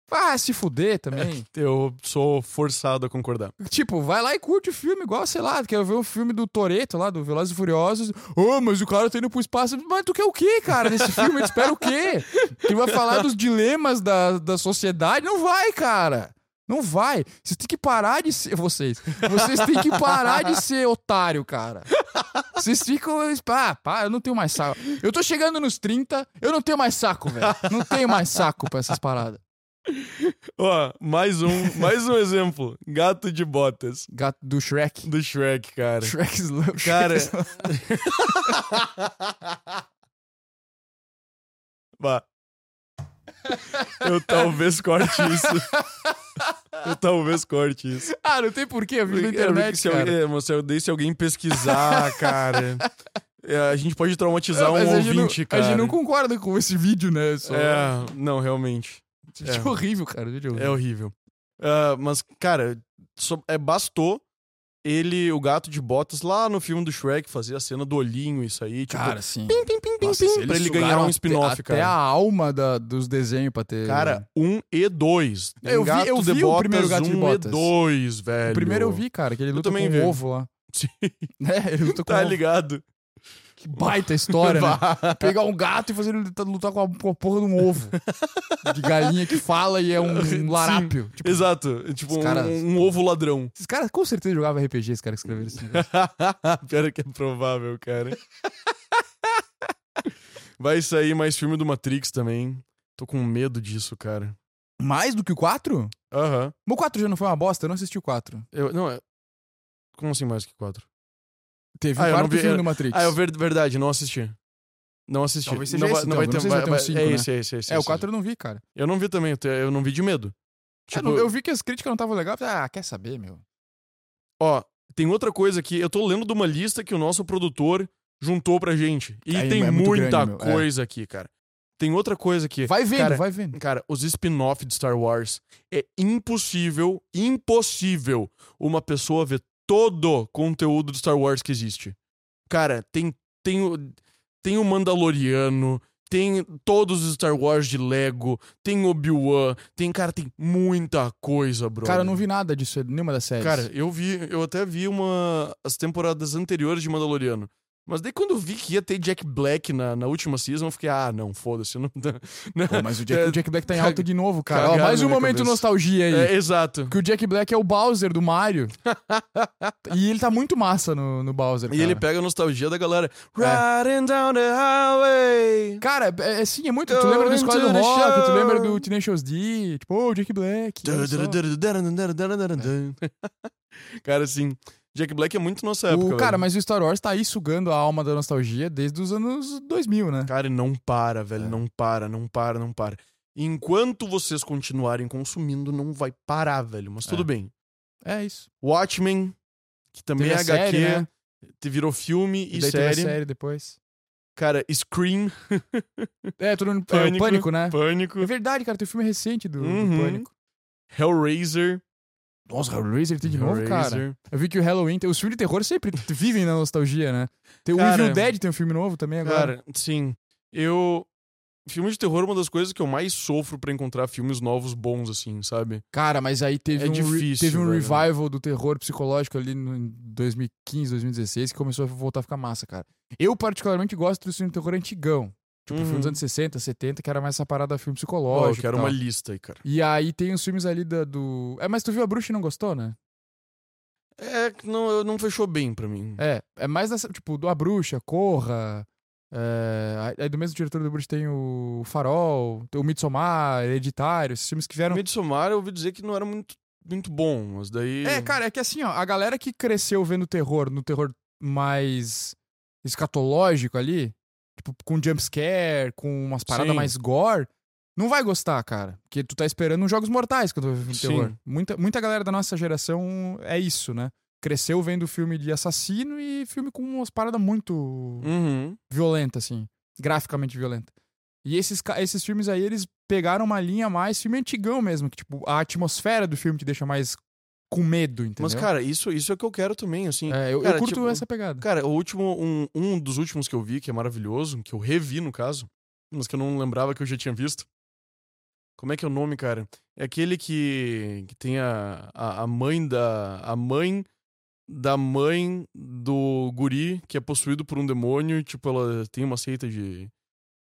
[SPEAKER 2] Vá se fuder também.
[SPEAKER 1] Eu sou forçado a concordar.
[SPEAKER 2] Tipo, vai lá e curte o filme, igual, sei lá, quero ver o filme do Toreto lá, do Velozes e Furiosos. Oh, mas o cara tá indo pro espaço. Mas tu quer o quê, cara, nesse filme? Tu espera o quê? Que vai falar dos dilemas da, da sociedade? Não vai, cara. Não vai. Vocês têm que parar de ser. Vocês. Vocês têm que parar de ser otário, cara. Vocês ficam. Ah, pá, eu não tenho mais saco. Eu tô chegando nos 30, eu não tenho mais saco, velho. Não tenho mais saco pra essas paradas.
[SPEAKER 1] Ó, mais um, mais um exemplo. Gato de botas
[SPEAKER 2] Gato do Shrek.
[SPEAKER 1] do Shrek, cara.
[SPEAKER 2] Shrek Slow. Shrek
[SPEAKER 1] Cara,
[SPEAKER 2] Slow.
[SPEAKER 1] Bah. Eu talvez corte isso. Eu talvez corte isso.
[SPEAKER 2] Ah, não tem porquê, eu vi na
[SPEAKER 1] É, porque
[SPEAKER 2] internet,
[SPEAKER 1] se
[SPEAKER 2] cara.
[SPEAKER 1] alguém, é, mas se eu dei se alguém pesquisar, cara. é, a gente pode traumatizar
[SPEAKER 2] Ah, Mas
[SPEAKER 1] um
[SPEAKER 2] a gente não-
[SPEAKER 1] ouvinte, cara.
[SPEAKER 2] A gente não concorda com esse vídeo, né? Só...
[SPEAKER 1] É, não, realmente.
[SPEAKER 2] Esse vídeo é horrível, cara. esse vídeo
[SPEAKER 1] É
[SPEAKER 2] horrível.
[SPEAKER 1] horrível. Ah, mas, cara, só- é, bastou ele, o gato de botas, lá no filme do Shrek, fazer a cena do olhinho, isso aí. Tipo,
[SPEAKER 2] Cara, sim.
[SPEAKER 1] pim, pim, pim, pim,
[SPEAKER 2] Nossa,
[SPEAKER 1] pim,
[SPEAKER 2] se eles
[SPEAKER 1] pra ele
[SPEAKER 2] sugaram
[SPEAKER 1] ganhar um
[SPEAKER 2] até-
[SPEAKER 1] spin-off,
[SPEAKER 2] Até a
[SPEAKER 1] cara.
[SPEAKER 2] alma da- dos desenhos pra ter.
[SPEAKER 1] Cara, um e dois. Tem
[SPEAKER 2] Eu vi-
[SPEAKER 1] gato
[SPEAKER 2] eu
[SPEAKER 1] de
[SPEAKER 2] vi o
[SPEAKER 1] botas,
[SPEAKER 2] primeiro Gato
[SPEAKER 1] um
[SPEAKER 2] de
[SPEAKER 1] e
[SPEAKER 2] Botas.
[SPEAKER 1] dois, velho.
[SPEAKER 2] o primeiro eu vi, cara, que ele luta
[SPEAKER 1] também
[SPEAKER 2] com
[SPEAKER 1] vi.
[SPEAKER 2] um ovo lá.
[SPEAKER 1] Sim.
[SPEAKER 2] É, ele luta com
[SPEAKER 1] Tá
[SPEAKER 2] um ovo.
[SPEAKER 1] ligado?
[SPEAKER 2] Que baita história, né?
[SPEAKER 1] Bah.
[SPEAKER 2] Pegar um gato e fazer ele lutar- lutar com a, com a porra de um ovo. de galinha que fala e é um
[SPEAKER 1] Sim.
[SPEAKER 2] larápio. Tipo,
[SPEAKER 1] Exato. Tipo,
[SPEAKER 2] os
[SPEAKER 1] um,
[SPEAKER 2] caras-
[SPEAKER 1] um ovo ladrão.
[SPEAKER 2] esses caras com certeza jogavam RPG, esses caras que escreveram isso.
[SPEAKER 1] Pior que é provável, cara. Vai sair mais filme do Matrix também. Tô com medo disso, cara.
[SPEAKER 2] Mais do que o 4?
[SPEAKER 1] Aham.
[SPEAKER 2] O 4 já não foi uma bosta, eu não assisti o 4.
[SPEAKER 1] Eu, não, é... Como assim mais que quatro?
[SPEAKER 2] Teve
[SPEAKER 1] Ah,
[SPEAKER 2] o
[SPEAKER 1] eu não
[SPEAKER 2] quarto
[SPEAKER 1] vi-
[SPEAKER 2] filme
[SPEAKER 1] eu-
[SPEAKER 2] do Matrix.
[SPEAKER 1] Ah, é ver- verdade, não assisti. Não assisti.
[SPEAKER 2] Talvez seja
[SPEAKER 1] não, vai-
[SPEAKER 2] esse,
[SPEAKER 1] não vai
[SPEAKER 2] então.
[SPEAKER 1] ter,
[SPEAKER 2] Eu não sei se
[SPEAKER 1] vai-
[SPEAKER 2] vai ter um
[SPEAKER 1] vai- é
[SPEAKER 2] cinco,
[SPEAKER 1] esse, é esse, é esse.
[SPEAKER 2] É,
[SPEAKER 1] esse.
[SPEAKER 2] o 4 eu não vi, cara.
[SPEAKER 1] Eu não vi também, eu, te- eu não vi de medo.
[SPEAKER 2] Eu
[SPEAKER 1] Tipo,
[SPEAKER 2] É, não- eu vi que as críticas não estavam legais. eu falei, Ah, quer saber, meu?
[SPEAKER 1] ó, tem outra coisa aqui. Eu tô lendo de uma lista que o nosso produtor juntou pra gente. E
[SPEAKER 2] Aí,
[SPEAKER 1] tem
[SPEAKER 2] é muito
[SPEAKER 1] muita
[SPEAKER 2] grande, meu, é.
[SPEAKER 1] coisa aqui, cara. Tem outra coisa aqui.
[SPEAKER 2] Vai vendo,
[SPEAKER 1] Cara,
[SPEAKER 2] vai vendo.
[SPEAKER 1] Cara, os spin-off de Star Wars é impossível, impossível uma pessoa ver todo o conteúdo de Star Wars que existe. Cara, tem tem o, tem o Mandaloriano, tem todos os Star Wars de Lego, tem Obi-Wan, tem cara, tem muita coisa, bro.
[SPEAKER 2] Cara, eu não vi nada disso, nenhuma das séries.
[SPEAKER 1] Cara, eu vi, eu até vi uma as temporadas anteriores de Mandaloriano. Mas daí quando eu vi que ia ter Jack Black na, na última season, eu fiquei, ah, não, foda-se, não dá.
[SPEAKER 2] Pô, mas o Jack,
[SPEAKER 1] É,
[SPEAKER 2] o Jack Black tá em
[SPEAKER 1] caga-
[SPEAKER 2] alta de novo, cara. Ó,
[SPEAKER 1] cagado
[SPEAKER 2] mais
[SPEAKER 1] na
[SPEAKER 2] um
[SPEAKER 1] minha
[SPEAKER 2] momento
[SPEAKER 1] cabeça.
[SPEAKER 2] nostalgia aí.
[SPEAKER 1] É, exato.
[SPEAKER 2] Que o Jack Black é o Bowser do Mario. e ele tá muito massa no, no Bowser,
[SPEAKER 1] E
[SPEAKER 2] cara. É.
[SPEAKER 1] ele pega a nostalgia da galera. Riding down the highway.
[SPEAKER 2] Cara, é, é, sim, é muito. Tu
[SPEAKER 1] Go
[SPEAKER 2] lembra do
[SPEAKER 1] into
[SPEAKER 2] Squad
[SPEAKER 1] the
[SPEAKER 2] Rock, tu
[SPEAKER 1] show.
[SPEAKER 2] lembra do Tenacious D, tipo, ô, o Jack Black. olha só.
[SPEAKER 1] Cara, assim, Jack Black é muito nossa época.
[SPEAKER 2] O, cara,
[SPEAKER 1] velho.
[SPEAKER 2] mas o Star Wars tá aí sugando a alma da nostalgia desde os anos 2000, né?
[SPEAKER 1] Cara, e não para, velho.
[SPEAKER 2] É.
[SPEAKER 1] Não para, não para, não para. Enquanto vocês continuarem consumindo, não vai parar, velho. Mas tudo
[SPEAKER 2] É. bem. É isso.
[SPEAKER 1] Watchmen, que também
[SPEAKER 2] Teve
[SPEAKER 1] é
[SPEAKER 2] a
[SPEAKER 1] HQ,
[SPEAKER 2] série, né?
[SPEAKER 1] te virou filme e,
[SPEAKER 2] daí teve a
[SPEAKER 1] série.
[SPEAKER 2] série depois.
[SPEAKER 1] Cara, Scream,
[SPEAKER 2] É, todo mundo é,
[SPEAKER 1] Pânico.
[SPEAKER 2] o Pânico, né?
[SPEAKER 1] Pânico,
[SPEAKER 2] É verdade, cara, tem um filme recente do, do
[SPEAKER 1] Uhum.
[SPEAKER 2] Pânico.
[SPEAKER 1] Hellraiser.
[SPEAKER 2] Nossa, Hellraiser tem de novo, cara.
[SPEAKER 1] Hellraiser.
[SPEAKER 2] Eu vi que o Halloween, tem- os filmes de terror sempre vivem na nostalgia, né? Tem o
[SPEAKER 1] Cara,
[SPEAKER 2] Evil Dead tem um filme novo também agora.
[SPEAKER 1] Cara, sim. Eu. Filme de terror é uma das coisas que eu mais sofro pra encontrar filmes novos bons, assim, sabe?
[SPEAKER 2] Cara, mas aí teve
[SPEAKER 1] É
[SPEAKER 2] um, re-
[SPEAKER 1] difícil,
[SPEAKER 2] teve um
[SPEAKER 1] velho.
[SPEAKER 2] revival do terror psicológico ali no, em 2015, 2016, que começou a voltar a ficar massa, cara. Eu particularmente gosto do filme de terror antigão. Tipo,
[SPEAKER 1] Uhum.
[SPEAKER 2] filme dos anos 60, 70, que era mais essa parada
[SPEAKER 1] Ó,
[SPEAKER 2] filme psicológico.
[SPEAKER 1] eu quero
[SPEAKER 2] e tal.
[SPEAKER 1] uma lista aí, cara.
[SPEAKER 2] E aí tem os filmes ali da, do. É, mas tu viu a bruxa e não gostou, né?
[SPEAKER 1] É, que não, não fechou bem pra mim.
[SPEAKER 2] É, é mais dessa, tipo, do A Bruxa, Corra. É, aí- aí do mesmo diretor do Bruxa tem o Farol, tem o Midsommar, Hereditário, esses filmes que vieram.
[SPEAKER 1] Midsommar eu ouvi dizer que não era muito, muito bom, mas daí.
[SPEAKER 2] É, cara, é que assim, ó, a galera que cresceu vendo terror, no terror mais escatológico ali, tipo, com jumpscare, com umas paradas
[SPEAKER 1] Sim.
[SPEAKER 2] mais gore, não vai gostar, cara. Porque tu tá esperando uns Jogos Mortais quando vai ver filme de
[SPEAKER 1] Sim.
[SPEAKER 2] terror. Muita, muita galera da nossa geração é isso, né? Cresceu vendo filme de assassino e filme com umas paradas muito
[SPEAKER 1] Uhum.
[SPEAKER 2] violenta, assim. Graficamente violenta. E esses, ca- esses filmes aí, eles pegaram uma linha mais filme antigão mesmo, que, tipo, a atmosfera do filme te deixa mais com medo, entendeu?
[SPEAKER 1] Mas, cara, isso, isso é o que eu quero também, assim.
[SPEAKER 2] É, eu, eu
[SPEAKER 1] cara,
[SPEAKER 2] curto
[SPEAKER 1] tipo,
[SPEAKER 2] essa pegada.
[SPEAKER 1] Cara, o último, um, um dos últimos que eu vi, que é maravilhoso, que eu revi no caso, mas que eu não lembrava que eu já tinha visto. Como é que é o nome, cara? É aquele que, que tem a, a, a mãe da. A mãe da mãe do guri que é possuído por um demônio. Tipo, ela tem uma seita de.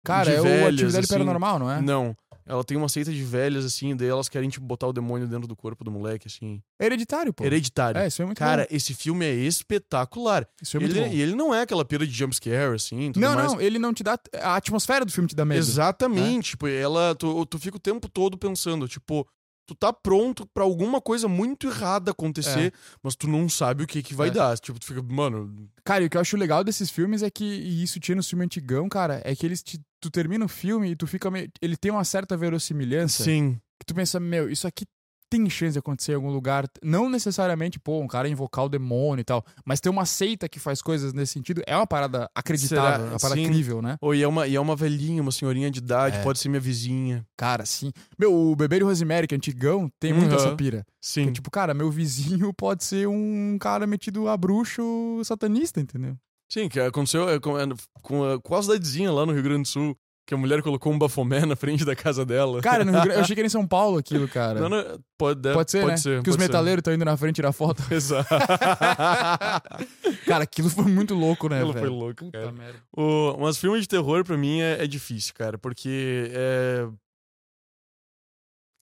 [SPEAKER 2] Cara,
[SPEAKER 1] de
[SPEAKER 2] é o
[SPEAKER 1] velhas,
[SPEAKER 2] atividade
[SPEAKER 1] assim.
[SPEAKER 2] paranormal, não é?
[SPEAKER 1] Não. Ela tem uma seita de velhas, assim, daí elas querem, tipo, botar o demônio dentro do corpo do moleque, assim.
[SPEAKER 2] É hereditário, pô.
[SPEAKER 1] Hereditário.
[SPEAKER 2] É, isso é muito
[SPEAKER 1] Cara, esse filme é espetacular.
[SPEAKER 2] bom. Isso é muito
[SPEAKER 1] ele,
[SPEAKER 2] bom.
[SPEAKER 1] e ele não é aquela pira de jumpscare, assim, tudo
[SPEAKER 2] Não,
[SPEAKER 1] mais.
[SPEAKER 2] não, ele não te dá. A atmosfera do filme te dá medo. né?
[SPEAKER 1] Exatamente. Tipo, ela. Tu, tu fica o tempo todo pensando, tipo, tu tá pronto pra alguma coisa muito errada acontecer, mas tu não sabe o que que vai
[SPEAKER 2] É.
[SPEAKER 1] dar. Tipo, tu fica, mano.
[SPEAKER 2] Cara, e o que eu acho legal desses filmes é que, e isso tinha no filme antigão, cara, é que eles te- tu termina o filme e tu fica meio. Ele tem uma certa verossimilhança.
[SPEAKER 1] Sim.
[SPEAKER 2] Que tu pensa, meu, isso aqui tem chance de acontecer em algum lugar. Não necessariamente, pô, um cara invocar o demônio e tal. Mas tem uma seita que faz coisas nesse sentido. É uma parada acreditável,
[SPEAKER 1] Será?
[SPEAKER 2] uma parada
[SPEAKER 1] Sim.
[SPEAKER 2] crível, né?
[SPEAKER 1] Ou e é uma, e é uma velhinha, uma senhorinha de idade,
[SPEAKER 2] É.
[SPEAKER 1] pode ser minha vizinha.
[SPEAKER 2] Cara, sim. Meu, o Bebê de Rosemary, que é antigão, tem muito
[SPEAKER 1] Uhum.
[SPEAKER 2] essa pira. Que
[SPEAKER 1] Sim.
[SPEAKER 2] é tipo, cara, meu vizinho pode ser um cara metido a bruxo satanista, entendeu?
[SPEAKER 1] Sim, que aconteceu é, com, é, com a, com a cidadezinha lá no Rio Grande do Sul, que a mulher colocou um bafomé na frente da casa dela.
[SPEAKER 2] Cara, no Rio Grande- eu achei que era em São Paulo aquilo, cara.
[SPEAKER 1] Não, não, pode, deve-
[SPEAKER 2] Pode ser,
[SPEAKER 1] pode
[SPEAKER 2] né?
[SPEAKER 1] ser.
[SPEAKER 2] que os
[SPEAKER 1] pode ser.
[SPEAKER 2] metaleiros estão indo na frente tirar foto.
[SPEAKER 1] Exato.
[SPEAKER 2] Cara, aquilo foi muito louco, né,
[SPEAKER 1] Aquilo
[SPEAKER 2] velho?
[SPEAKER 1] foi louco,
[SPEAKER 2] Puta
[SPEAKER 1] cara.
[SPEAKER 2] merda.
[SPEAKER 1] O, mas filme de terror pra mim é, é difícil, cara, porque é,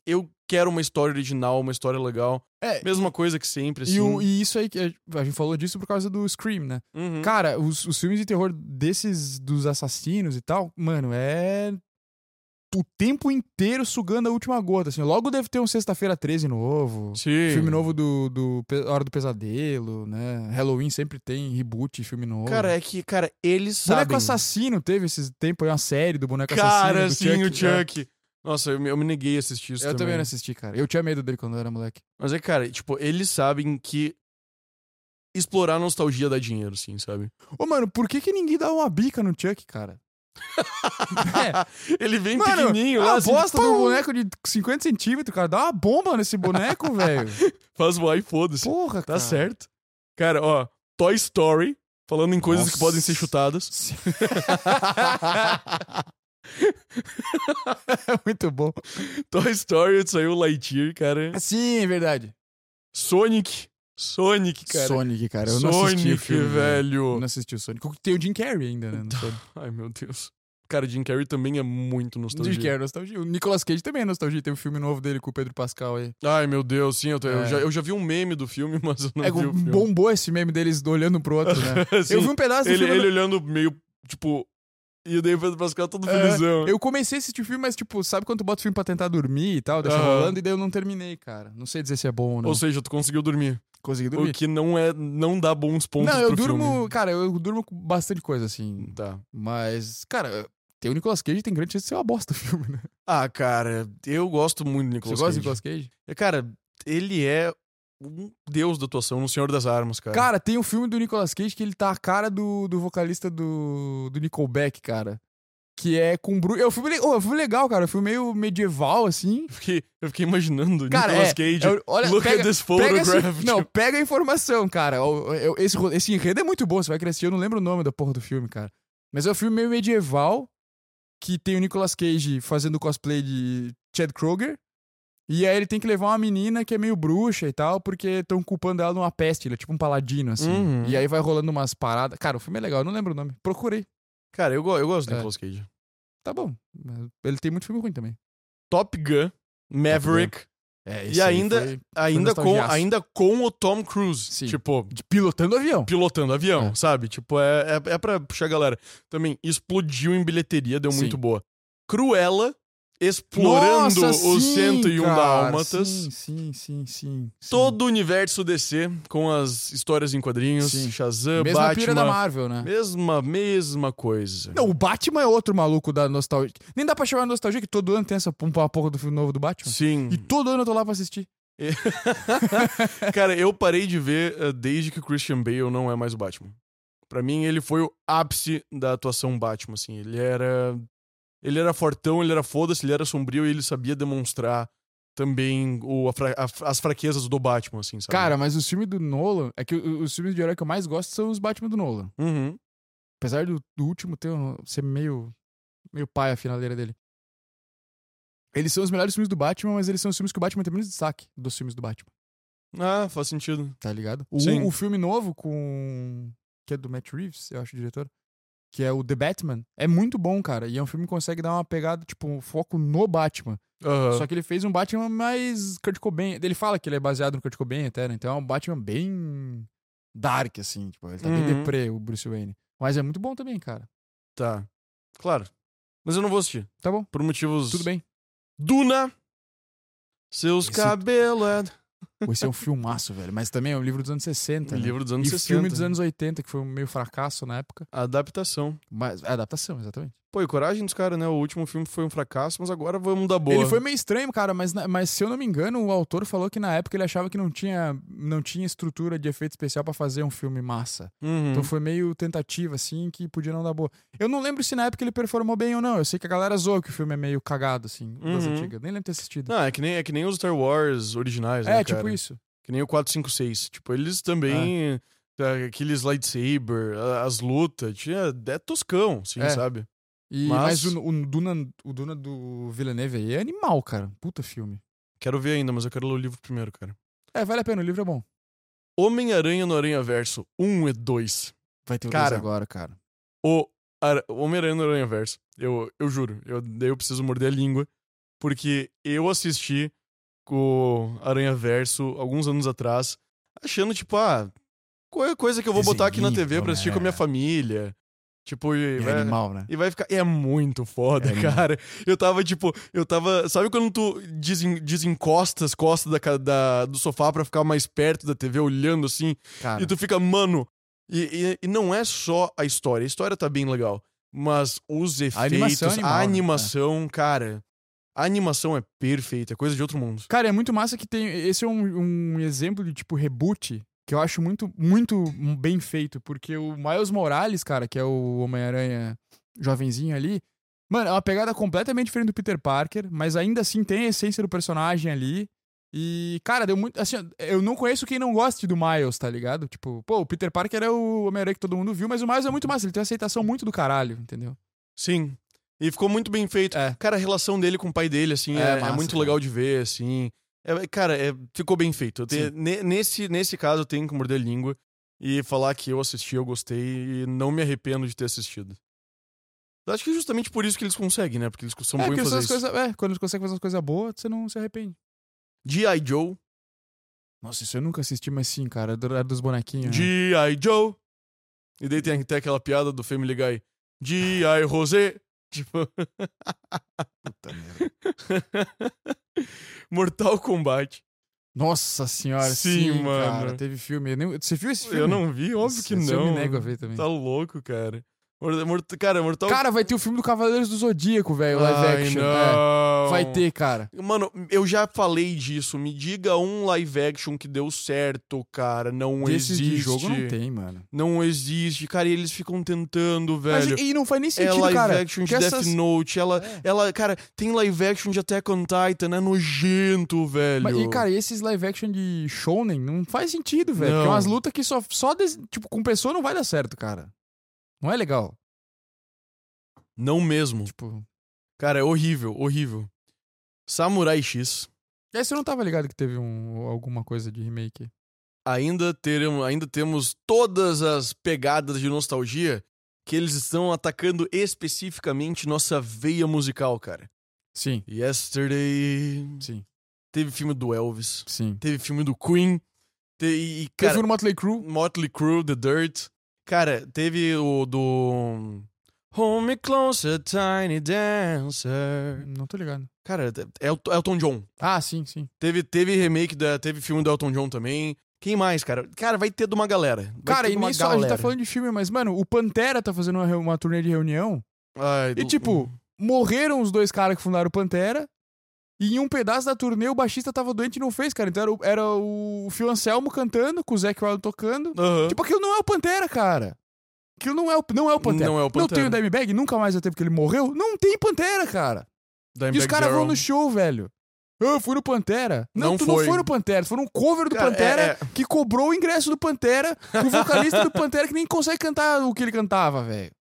[SPEAKER 1] eu quero uma história original, uma história legal.
[SPEAKER 2] É,
[SPEAKER 1] Mesma coisa que sempre, assim.
[SPEAKER 2] E, o- e isso aí, que a a gente falou disso por causa do Scream, né?
[SPEAKER 1] Uhum.
[SPEAKER 2] Cara, os, os filmes de terror desses, dos assassinos e tal, mano, é. O tempo inteiro sugando a última gota, assim. Logo deve ter um Sexta-feira 13 novo.
[SPEAKER 1] Sim.
[SPEAKER 2] Filme novo do, do Pe- Hora do Pesadelo, né? Halloween sempre tem reboot, filme novo.
[SPEAKER 1] Cara, é que, cara, eles sabem.
[SPEAKER 2] Boneco Assassino teve esses tempo aí, uma série do Boneco
[SPEAKER 1] Cara,
[SPEAKER 2] Assassino.
[SPEAKER 1] sim,
[SPEAKER 2] do né?
[SPEAKER 1] o Chuck. Nossa, eu, me- eu me neguei a assistir isso
[SPEAKER 2] é. Eu também não assisti, cara. Eu tinha medo dele quando eu era moleque.
[SPEAKER 1] Mas é, cara, tipo, eles sabem que explorar a nostalgia dá dinheiro, sim, sabe?
[SPEAKER 2] Ô, mano, por que, que ninguém dá uma bica no Chuck, cara? é,
[SPEAKER 1] Ele vem
[SPEAKER 2] mano,
[SPEAKER 1] pequenininho lá,
[SPEAKER 2] a
[SPEAKER 1] assim,
[SPEAKER 2] bosta
[SPEAKER 1] pum,
[SPEAKER 2] do boneco de 50 centímetros, cara. Dá uma bomba nesse boneco, velho.
[SPEAKER 1] faz voar e foda-se.
[SPEAKER 2] Porra,
[SPEAKER 1] Tá
[SPEAKER 2] cara.
[SPEAKER 1] certo. Cara, ó, Toy Story, falando em coisas que
[SPEAKER 2] Nossa.
[SPEAKER 1] podem ser chutadas.
[SPEAKER 2] Sim. Muito bom.
[SPEAKER 1] Toy Story saiu Lightyear, cara.
[SPEAKER 2] Sim, é verdade.
[SPEAKER 1] Sonic. Sonic, cara.
[SPEAKER 2] Sonic, cara. Eu não assisti
[SPEAKER 1] Sonic,
[SPEAKER 2] o filme, né? Eu
[SPEAKER 1] velho. Então,
[SPEAKER 2] não assisti o Sonic. Tem o Jim Carrey ainda, né? no filme.
[SPEAKER 1] Ai, meu Deus. Cara, Jim Carrey também é muito nostalgia.
[SPEAKER 2] Jim Carrey, nostalgia. O Nicolas Cage também é nostalgia. Tem um filme novo dele com o Pedro Pascal aí.
[SPEAKER 1] Ai, meu Deus, sim. Eu, tô- eu
[SPEAKER 2] É.
[SPEAKER 1] já, eu já vi um meme do filme, mas eu não
[SPEAKER 2] É,
[SPEAKER 1] vi o filme.
[SPEAKER 2] bombou esse meme deles olhando pro outro, né?
[SPEAKER 1] Sim.
[SPEAKER 2] Eu vi um pedaço do
[SPEAKER 1] ele,
[SPEAKER 2] filme.
[SPEAKER 1] ele olhando meio, tipo... E daí o Pedro Pascal todo
[SPEAKER 2] É,
[SPEAKER 1] felizão.
[SPEAKER 2] Eu comecei a assistir o filme, mas, tipo, sabe quando tu bota o filme pra tentar dormir e tal, deixa
[SPEAKER 1] Aham.
[SPEAKER 2] rolando, e daí eu não terminei, cara. Não sei dizer se é bom ou não.
[SPEAKER 1] Ou seja, tu conseguiu dormir.
[SPEAKER 2] Consegui
[SPEAKER 1] O que não é... Não dá bons pontos
[SPEAKER 2] Não, eu
[SPEAKER 1] pro
[SPEAKER 2] durmo,
[SPEAKER 1] filme.
[SPEAKER 2] cara, eu durmo com bastante coisa, assim.
[SPEAKER 1] Tá.
[SPEAKER 2] Mas, cara, tem o Nicolas Cage, tem grande chance de ser uma bosta o filme, né?
[SPEAKER 1] Ah, cara, eu gosto muito do
[SPEAKER 2] Você
[SPEAKER 1] Nicolas
[SPEAKER 2] gosta
[SPEAKER 1] Cage.
[SPEAKER 2] de Nicolas Cage?
[SPEAKER 1] É, Cara, ele é um deus da atuação no Senhor das Armas, cara.
[SPEAKER 2] Cara, tem um filme do Nicolas Cage que ele tá a cara do, do vocalista do, do Nickelback, cara. Que é com Bruce. É um filme, le- oh, é um filme legal, cara. É um filme meio medieval, assim.
[SPEAKER 1] eu, fiquei, eu fiquei imaginando
[SPEAKER 2] Cara,
[SPEAKER 1] Nicolas
[SPEAKER 2] é,
[SPEAKER 1] Cage.
[SPEAKER 2] é, olha,
[SPEAKER 1] Look
[SPEAKER 2] pega-
[SPEAKER 1] at this
[SPEAKER 2] Pega
[SPEAKER 1] photograph. tipo
[SPEAKER 2] esse- não, pega a informação, cara. O- eu- Esse, ro- esse enredo é muito bom, você vai crescer. Eu não lembro o nome da porra do filme, cara. Mas é um filme meio medieval que tem o Nicolas Cage fazendo cosplay de Chad Kroger. E aí ele tem que levar uma menina que é meio bruxa e tal, porque estão culpando ela de uma peste. Ele é tipo um paladino, assim.
[SPEAKER 1] Uhum.
[SPEAKER 2] E aí vai rolando umas paradas. Cara, o filme é legal, eu não lembro o nome. Procurei.
[SPEAKER 1] Cara, eu, go- eu gosto do
[SPEAKER 2] É.
[SPEAKER 1] Nicolas Cage.
[SPEAKER 2] Tá bom. Mas Ele tem muito filme ruim também.
[SPEAKER 1] Top Gun, Maverick,
[SPEAKER 2] É,
[SPEAKER 1] esse aí foi- ainda, com,
[SPEAKER 2] nostalgiaço.
[SPEAKER 1] ainda com o Tom Cruise.
[SPEAKER 2] Sim.
[SPEAKER 1] Tipo,
[SPEAKER 2] de pilotando avião.
[SPEAKER 1] pilotando avião,
[SPEAKER 2] É.
[SPEAKER 1] sabe? Tipo, é, é, é pra puxar a galera. Também explodiu em bilheteria, deu
[SPEAKER 2] Sim.
[SPEAKER 1] muito boa. Cruella, explorando
[SPEAKER 2] Nossa,
[SPEAKER 1] os
[SPEAKER 2] sim,
[SPEAKER 1] 101
[SPEAKER 2] cara.
[SPEAKER 1] Dálmatas.
[SPEAKER 2] Sim, sim, sim, sim. sim.
[SPEAKER 1] Todo o universo DC, com as histórias em quadrinhos,
[SPEAKER 2] Sim.
[SPEAKER 1] Shazam,
[SPEAKER 2] Mesma
[SPEAKER 1] Batman.
[SPEAKER 2] pira da Marvel, né?
[SPEAKER 1] Mesma, mesma coisa.
[SPEAKER 2] Não, o Batman é outro maluco da nostalgia. Nem dá pra chamar de nostalgia, que todo ano tem essa pompa uma porra do filme novo do Batman.
[SPEAKER 1] Sim.
[SPEAKER 2] E todo ano eu tô lá pra assistir.
[SPEAKER 1] Cara, eu parei de ver eh, desde que o Christian Bale não é mais o Batman. Pra mim, ele foi o ápice da atuação Batman, assim. Ele era. Ele era fortão, ele era foda-se, ele era sombrio e ele sabia demonstrar também o, a fra- a- as fraquezas do Batman, assim, sabe?
[SPEAKER 2] Cara, mas os filmes do Nolan. É que o- os filmes de herói que eu mais gosto são os Batman do Nolan.
[SPEAKER 1] Uhum.
[SPEAKER 2] Apesar do, do último ter um- ser meio. meio pai a finaleira dele. Eles são os melhores filmes do Batman, mas eles são os filmes que o Batman tem menos destaque dos filmes do Batman,
[SPEAKER 1] Ah, faz sentido.
[SPEAKER 2] tá ligado? O,
[SPEAKER 1] Sim.
[SPEAKER 2] o filme novo com. que é do Matt Reeves, eu acho, o diretor. Que é o The Batman. É muito bom, cara. E é um filme que consegue dar uma pegada, tipo, um foco no Batman.
[SPEAKER 1] Aham.
[SPEAKER 2] Só que ele fez um Batman mais Kurt Cobain. Ele fala que ele é baseado no Kurt Cobain até, né? Então é um Batman bem dark, assim. Tipo, ele tá bem
[SPEAKER 1] Uhum.
[SPEAKER 2] deprê, o Bruce Wayne. Mas é muito bom também, cara.
[SPEAKER 1] Tá. Claro. Mas eu não vou assistir.
[SPEAKER 2] Tá bom.
[SPEAKER 1] Por motivos.
[SPEAKER 2] Tudo bem.
[SPEAKER 1] Duna! Seus
[SPEAKER 2] Esse-
[SPEAKER 1] cabelos. é-
[SPEAKER 2] Esse é um filmaço, velho. Mas também é um livro dos anos 60. né?
[SPEAKER 1] Livro dos anos
[SPEAKER 2] e
[SPEAKER 1] 60.
[SPEAKER 2] filme dos anos 80, que foi um meio fracasso na época.
[SPEAKER 1] Adaptação.
[SPEAKER 2] Mas a adaptação, exatamente.
[SPEAKER 1] Pô, e coragem dos caras, né? O último filme foi um fracasso, mas agora vamos dar boa.
[SPEAKER 2] Ele foi meio estranho, cara, mas, na- mas se eu não me engano, o autor falou que na época ele achava que não tinha, não tinha estrutura de efeito especial pra fazer um filme massa.
[SPEAKER 1] Uhum.
[SPEAKER 2] Então foi meio tentativa, assim, que podia não dar boa. Eu não lembro se na época ele performou bem ou não. Eu sei que a galera zoou que o filme é meio cagado, assim, das
[SPEAKER 1] Uhum.
[SPEAKER 2] antigas. Nem lembro ter assistido.
[SPEAKER 1] Não, é que, nem, é que nem os Star Wars originais, né?
[SPEAKER 2] é, tipo
[SPEAKER 1] cara?
[SPEAKER 2] isso.
[SPEAKER 1] Que nem o 456. Tipo, eles também.
[SPEAKER 2] É.
[SPEAKER 1] tá, Aqueles lightsaber, a- as lutas. Tinha, é toscão, sim,
[SPEAKER 2] É.
[SPEAKER 1] sabe?
[SPEAKER 2] E,
[SPEAKER 1] Mas-
[SPEAKER 2] mas o, o, Duna, o Duna do Villeneuve aí é animal, cara. Puta filme.
[SPEAKER 1] Quero ver ainda, mas eu quero ler o livro primeiro, cara.
[SPEAKER 2] É, vale a pena, o livro é bom.
[SPEAKER 1] Homem-Aranha no Aranha Verso 1 e 2.
[SPEAKER 2] Vai ter o
[SPEAKER 1] Cara.
[SPEAKER 2] dois agora, cara.
[SPEAKER 1] O Ara- Homem-Aranha no Aranha Verso. Eu, eu juro. Eu, daí eu preciso morder a língua. Porque eu assisti com o Aranha Verso alguns anos atrás, achando, tipo, ah, qual é a coisa que eu vou botar aqui na
[SPEAKER 2] Desenhinho
[SPEAKER 1] TV
[SPEAKER 2] do
[SPEAKER 1] pra assistir com a minha família? Tipo, e
[SPEAKER 2] É
[SPEAKER 1] vai-
[SPEAKER 2] né? animal, né?
[SPEAKER 1] E vai ficar. É muito foda,
[SPEAKER 2] É, né?
[SPEAKER 1] cara. Eu tava, tipo, eu tava. Sabe quando tu desen- desencosta as costas da, ca- da- do sofá pra ficar mais perto da TV, olhando assim,
[SPEAKER 2] Cara,
[SPEAKER 1] e tu fica, mano. E, e- e não é só a história. A história tá bem legal. Mas os efeitos, a
[SPEAKER 2] animação
[SPEAKER 1] animação,
[SPEAKER 2] é animal, né?
[SPEAKER 1] cara. A animação é perfeita, é coisa de outro mundo.
[SPEAKER 2] cara, é muito massa que tem. Esse é um, um exemplo de tipo reboot que eu acho muito, muito bem feito. Porque o Miles Morales, cara, que é o Homem-Aranha jovenzinho ali. Mano, é uma pegada completamente diferente do Peter Parker, mas ainda assim tem a essência do personagem ali. E, cara, deu muito. Assim, eu não conheço quem não goste do Miles, tá ligado? Tipo, pô, o Peter Parker é o Homem-Aranha que todo mundo viu, mas o Miles é muito massa, ele tem uma aceitação muito do caralho, entendeu?
[SPEAKER 1] Sim. E ficou muito bem feito.
[SPEAKER 2] É.
[SPEAKER 1] Cara, a relação dele com o pai dele, assim,
[SPEAKER 2] É,
[SPEAKER 1] é, é
[SPEAKER 2] massa,
[SPEAKER 1] muito
[SPEAKER 2] cara.
[SPEAKER 1] legal de ver, assim. É, cara, é- ficou bem feito. Eu te-
[SPEAKER 2] Sim.
[SPEAKER 1] ne- nesse, nesse caso, eu tenho que morder a língua e falar que eu assisti, eu gostei e não me arrependo de ter assistido. Eu acho que é justamente por isso que eles conseguem, né? Porque eles são
[SPEAKER 2] é,
[SPEAKER 1] bons
[SPEAKER 2] porque
[SPEAKER 1] em fazer
[SPEAKER 2] essas
[SPEAKER 1] isso.
[SPEAKER 2] coisas, é, quando você consegue fazer uma coisa boa, você não se arrepende.
[SPEAKER 1] G.I. Joe.
[SPEAKER 2] Nossa, isso eu nunca assisti, mas sim, cara. é do- Era dos bonequinhos. né?
[SPEAKER 1] G.I. Joe. E daí tem até aquela piada do Family Guy. G.I. Rosé. Tipo, Mortal Kombat.
[SPEAKER 2] Nossa senhora, sim,
[SPEAKER 1] Sim, mano.
[SPEAKER 2] cara. Teve filme. Eu nem- Você viu esse filme?
[SPEAKER 1] Eu não vi, óbvio
[SPEAKER 2] Nossa,
[SPEAKER 1] que
[SPEAKER 2] esse Eu
[SPEAKER 1] não.
[SPEAKER 2] me nego a ver também.
[SPEAKER 1] Tá louco, cara. Mor- mort- Cara, Mortal
[SPEAKER 2] Cara, vai ter o filme do Cavaleiros do Zodíaco, velho. Live
[SPEAKER 1] Ai,
[SPEAKER 2] action. é.
[SPEAKER 1] Não.
[SPEAKER 2] Vai ter, cara.
[SPEAKER 1] Mano, eu já falei disso. Me diga um live action que deu certo, cara. Não
[SPEAKER 2] Desses
[SPEAKER 1] existe.
[SPEAKER 2] de jogo não tem, mano.
[SPEAKER 1] Não existe. Cara, e eles ficam tentando,
[SPEAKER 2] Mas
[SPEAKER 1] velho.
[SPEAKER 2] e e não faz nem
[SPEAKER 1] é
[SPEAKER 2] sentido,
[SPEAKER 1] live
[SPEAKER 2] cara.
[SPEAKER 1] action de
[SPEAKER 2] porque
[SPEAKER 1] Death Note. Ela,
[SPEAKER 2] É.
[SPEAKER 1] ela, cara, tem live action de Attack on Titan. É nojento, velho.
[SPEAKER 2] Mas, e, cara, esses live action de Shonen não faz sentido, velho. Porque é
[SPEAKER 1] Não.
[SPEAKER 2] umas lutas que só, só des- tipo, com pessoa não vai dar certo, cara. Não é legal.
[SPEAKER 1] Não mesmo.
[SPEAKER 2] Tipo.
[SPEAKER 1] Cara, é horrível, horrível. Samurai X.
[SPEAKER 2] E aí você não tava ligado que teve um, alguma coisa de remake?
[SPEAKER 1] ainda, teremos, ainda temos todas as pegadas de nostalgia que eles estão atacando especificamente nossa veia musical, cara.
[SPEAKER 2] Sim,
[SPEAKER 1] Yesterday.
[SPEAKER 2] sim,
[SPEAKER 1] Teve filme do Elvis.
[SPEAKER 2] sim.
[SPEAKER 1] Teve filme do Queen. Te- e, e,
[SPEAKER 2] Teve um
[SPEAKER 1] cara,
[SPEAKER 2] o Motley Crue.
[SPEAKER 1] Motley Crue, The Dirt. Cara, teve o do. hum, Hold me closer, tiny dancer.
[SPEAKER 2] Não tô ligado.
[SPEAKER 1] Cara, El Elton John.
[SPEAKER 2] Ah, sim, sim.
[SPEAKER 1] Teve, teve remake, da, teve filme do Elton John também. Quem mais, cara? Cara, vai ter de uma galera. Vai
[SPEAKER 2] Cara,
[SPEAKER 1] ter
[SPEAKER 2] e
[SPEAKER 1] de uma
[SPEAKER 2] nem só a gente tá
[SPEAKER 1] galera.
[SPEAKER 2] falando de filme, mas, mano, o Pantera tá fazendo uma, reu- uma turnê de reunião.
[SPEAKER 1] Ai,
[SPEAKER 2] E,
[SPEAKER 1] do-
[SPEAKER 2] tipo, morreram os dois caras que fundaram o Pantera. E em um pedaço da turnê o baixista tava doente e não fez, cara. Então era, o- era o Phil Anselmo cantando, com o Zac Wilde tocando.
[SPEAKER 1] Aham.
[SPEAKER 2] Tipo, aquilo não é o Pantera, cara. Aquilo não é o, não é o Pantera.
[SPEAKER 1] Não é o Pantera.
[SPEAKER 2] tem o Dimebag, nunca mais vai ter porque ele morreu. Não tem Pantera, cara. E os
[SPEAKER 1] Dimebag
[SPEAKER 2] caras vão
[SPEAKER 1] Darrell.
[SPEAKER 2] no show, velho. Eu fui no Pantera. Não,
[SPEAKER 1] Não
[SPEAKER 2] tu
[SPEAKER 1] foi.
[SPEAKER 2] não foi no Pantera. Tu foi num cover do
[SPEAKER 1] Cara,
[SPEAKER 2] Pantera
[SPEAKER 1] é, é.
[SPEAKER 2] que cobrou o ingresso do Pantera pro vocalista do Pantera que nem consegue cantar o que ele cantava, velho.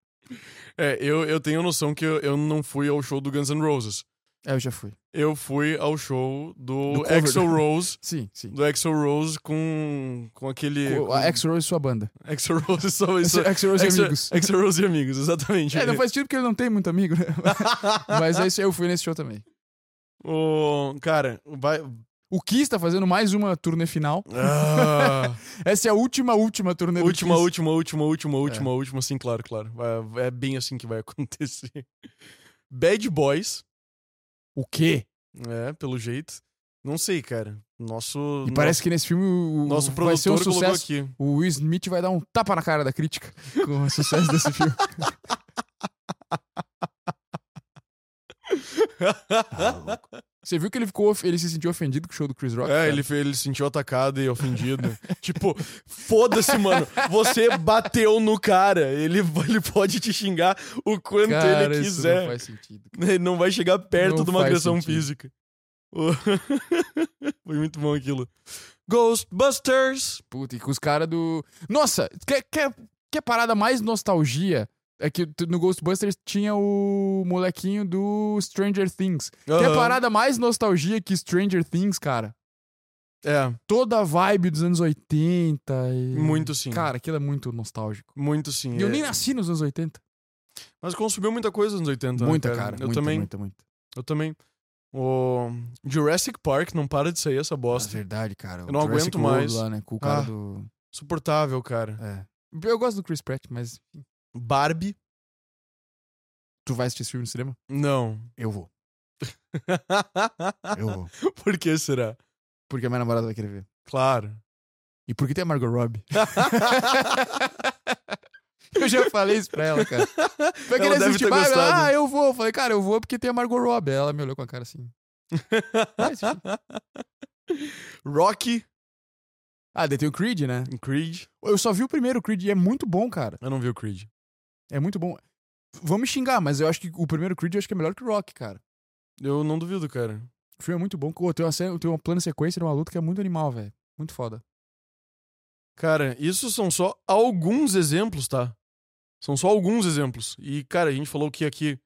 [SPEAKER 1] É, eu, eu tenho noção que eu, eu não fui ao show do Guns N' Roses.
[SPEAKER 2] É, eu já fui.
[SPEAKER 1] Eu fui ao show do,
[SPEAKER 2] Do cover.
[SPEAKER 1] Axel Rose.
[SPEAKER 2] Sim, sim.
[SPEAKER 1] Do Axel Rose com, com aquele.
[SPEAKER 2] O- A X-Rose e sua banda.
[SPEAKER 1] Axel Rose só isso.
[SPEAKER 2] X-Rose e amigos.
[SPEAKER 1] Axel é Rose e amigos, exatamente.
[SPEAKER 2] É, não faz sentido porque ele não tem muito amigo, né? Mas é isso aí, eu fui nesse show também.
[SPEAKER 1] O, cara, vai.
[SPEAKER 2] O Kiss tá fazendo mais uma turnê final.
[SPEAKER 1] Ah,
[SPEAKER 2] Essa é a última, última turnê
[SPEAKER 1] última,
[SPEAKER 2] do Kiss.
[SPEAKER 1] última, última,
[SPEAKER 2] É.
[SPEAKER 1] última, última, última, sim, claro, claro. Vai- É bem assim que vai acontecer. Bad Boys,
[SPEAKER 2] O quê?
[SPEAKER 1] é, pelo jeito. Não sei, cara. Nosso.
[SPEAKER 2] E parece que nesse filme o, o-
[SPEAKER 1] Nosso
[SPEAKER 2] vai ser um
[SPEAKER 1] produtor colocou
[SPEAKER 2] sucesso.
[SPEAKER 1] aqui.
[SPEAKER 2] O Will Smith vai dar um tapa na cara da crítica com o sucesso desse filme. Você viu que ele ficou, of- ele se sentiu ofendido com o show do Chris Rock?
[SPEAKER 1] É,
[SPEAKER 2] cara?
[SPEAKER 1] ele, fe- ele se sentiu atacado e ofendido. tipo, foda-se, mano. Você bateu no cara. Ele, ele pode te xingar o quanto
[SPEAKER 2] Cara,
[SPEAKER 1] ele é.
[SPEAKER 2] isso
[SPEAKER 1] quiser.
[SPEAKER 2] não faz sentido.
[SPEAKER 1] Ele não vai chegar perto
[SPEAKER 2] Não
[SPEAKER 1] de uma
[SPEAKER 2] faz
[SPEAKER 1] agressão
[SPEAKER 2] sentido.
[SPEAKER 1] física. O- Foi muito bom aquilo. Ghostbusters!
[SPEAKER 2] Puta, e com os caras do. Nossa, quer, quer, quer parada mais nostalgia? É que tu- no Ghostbusters tinha o molequinho do Stranger Things. Quer
[SPEAKER 1] Aham.
[SPEAKER 2] parada mais nostalgia que Stranger Things, cara?
[SPEAKER 1] É,
[SPEAKER 2] Toda a vibe dos anos 80 e.
[SPEAKER 1] muito sim.
[SPEAKER 2] Cara, aquilo é muito nostálgico.
[SPEAKER 1] Muito sim.
[SPEAKER 2] E eu
[SPEAKER 1] é.
[SPEAKER 2] nem nasci nos anos 80.
[SPEAKER 1] Mas consumiu muita coisa nos 80. né,
[SPEAKER 2] muita, cara.
[SPEAKER 1] Eu
[SPEAKER 2] muita,
[SPEAKER 1] também.
[SPEAKER 2] Muita, muita.
[SPEAKER 1] Eu também. O Jurassic Park não para de sair essa
[SPEAKER 2] Nossa,
[SPEAKER 1] bosta.
[SPEAKER 2] verdade, cara.
[SPEAKER 1] Eu não
[SPEAKER 2] O Jurassic
[SPEAKER 1] aguento
[SPEAKER 2] World
[SPEAKER 1] mais.
[SPEAKER 2] Lá, né, com o cara
[SPEAKER 1] Ah.
[SPEAKER 2] do.
[SPEAKER 1] Suportável, cara.
[SPEAKER 2] É. Eu gosto do Chris Pratt, mas
[SPEAKER 1] Barbie?
[SPEAKER 2] tu vai assistir esse filme no cinema?
[SPEAKER 1] Não.
[SPEAKER 2] Eu vou. Eu vou.
[SPEAKER 1] Por que será?
[SPEAKER 2] Porque a minha namorada vai querer ver.
[SPEAKER 1] Claro.
[SPEAKER 2] E por que tem a Margot Robbie? eu já falei isso pra ela, cara. Foi
[SPEAKER 1] Ela deve ter
[SPEAKER 2] mas ela,
[SPEAKER 1] gostado.
[SPEAKER 2] ah, eu vou. Eu falei, cara, eu vou porque tem a Margot Robbie. Ela me olhou com a cara assim. Vai assistir.
[SPEAKER 1] Rock
[SPEAKER 2] ah, daí tem o Creed, né?
[SPEAKER 1] Creed.
[SPEAKER 2] Eu só vi o primeiro Creed e é muito bom, cara.
[SPEAKER 1] Eu não vi o Creed.
[SPEAKER 2] É muito bom. Vamos xingar, mas eu acho que o primeiro Creed eu acho que é melhor que o Rock, cara.
[SPEAKER 1] Eu não duvido, cara.
[SPEAKER 2] O filme é muito bom. Pô, tem uma, cena- tem uma plano sequência de uma luta que é muito animal, velho. Muito foda.
[SPEAKER 1] Cara, isso são só alguns exemplos, tá? São só alguns exemplos. E, cara, a gente falou que aqui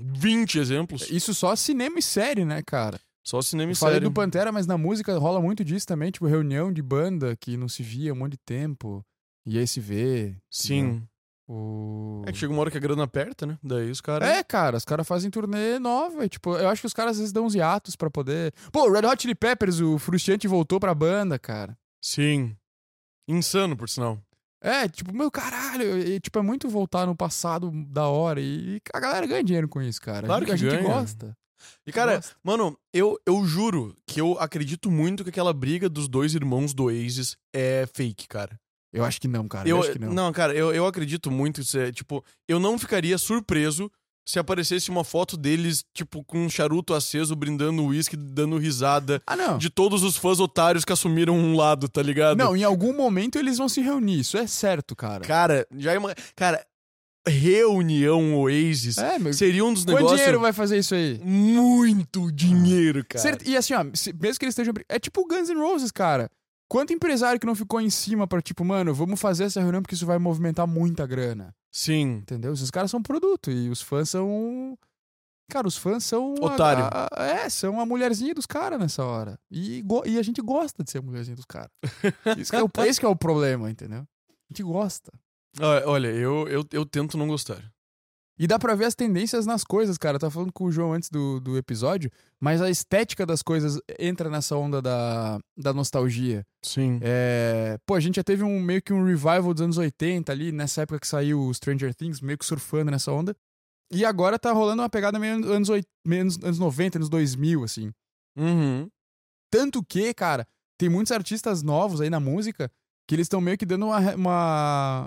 [SPEAKER 1] 20 exemplos.
[SPEAKER 2] Isso só cinema e série, né, cara?
[SPEAKER 1] Só cinema
[SPEAKER 2] Eu
[SPEAKER 1] e
[SPEAKER 2] falei
[SPEAKER 1] série.
[SPEAKER 2] do Pantera, mas na música rola muito disso também, tipo, reunião de banda que não se via há um monte de tempo. E aí se vê. entendeu?
[SPEAKER 1] Sim.
[SPEAKER 2] O...
[SPEAKER 1] É que chega uma hora que a grana aperta, né? Daí os caras.
[SPEAKER 2] É, cara, os caras fazem turnê nova. e, tipo, eu acho que os caras às vezes dão uns hiatos pra poder. Pô, o Red Hot Chili Peppers, o Frustrante voltou pra banda, cara.
[SPEAKER 1] Sim. Insano, por sinal.
[SPEAKER 2] É, tipo, meu caralho, e, tipo, é muito voltar no passado da hora. E, e a galera ganha dinheiro com isso, cara.
[SPEAKER 1] Claro
[SPEAKER 2] a gente,
[SPEAKER 1] que
[SPEAKER 2] a gente
[SPEAKER 1] ganha.
[SPEAKER 2] gosta.
[SPEAKER 1] E, cara,
[SPEAKER 2] Gosta.
[SPEAKER 1] Mano, eu, eu juro que eu acredito muito que aquela briga dos dois irmãos do Oasis é fake, cara.
[SPEAKER 2] Eu acho que não, cara. Eu,
[SPEAKER 1] Eu,
[SPEAKER 2] acho que não.
[SPEAKER 1] cara, eu, eu acredito muito. Isso é, tipo, eu não ficaria surpreso se aparecesse uma foto deles, tipo, com um charuto aceso, brindando uísque, dando risada.
[SPEAKER 2] Ah, não.
[SPEAKER 1] De todos os fãs otários que assumiram um lado, tá ligado?
[SPEAKER 2] Não, em algum momento eles vão se reunir. Isso é certo, cara.
[SPEAKER 1] Cara, já ima- Cara, reunião Oasis
[SPEAKER 2] É, meu.
[SPEAKER 1] seria um dos
[SPEAKER 2] Quanto
[SPEAKER 1] negócios.
[SPEAKER 2] dinheiro vai fazer isso aí?
[SPEAKER 1] Muito dinheiro, cara.
[SPEAKER 2] Cert- E assim, ó, se- mesmo que eles estejam. brin- É tipo Guns N' Roses, cara. Quanto empresário que não ficou em cima pra, tipo, mano, vamos fazer essa reunião porque isso vai movimentar muita grana.
[SPEAKER 1] Sim.
[SPEAKER 2] Entendeu? Esses caras são produto e os fãs são. Cara, os fãs são. a-
[SPEAKER 1] Otário.
[SPEAKER 2] a- a- é, são a mulherzinha dos caras nessa hora. E, go- e a gente gosta de ser a mulherzinha dos caras. Isso que é o... Esse que é o problema, entendeu? A gente gosta.
[SPEAKER 1] Ah, Olha, eu, eu, eu tento não gostar.
[SPEAKER 2] E dá pra ver as tendências nas coisas, cara. Eu tava falando com o João antes do, do episódio, mas a estética das coisas entra nessa onda da, da nostalgia.
[SPEAKER 1] Sim.
[SPEAKER 2] É, pô, a gente já teve um meio que um revival dos anos 80 ali, nessa época que saiu o Stranger Things, meio que surfando nessa onda. E agora tá rolando uma pegada meio an- anos, oit- meio anos, anos 90, anos 2000, assim.
[SPEAKER 1] Uhum.
[SPEAKER 2] Tanto que, cara, tem muitos artistas novos aí na música que eles estão meio que dando uma, re- uma,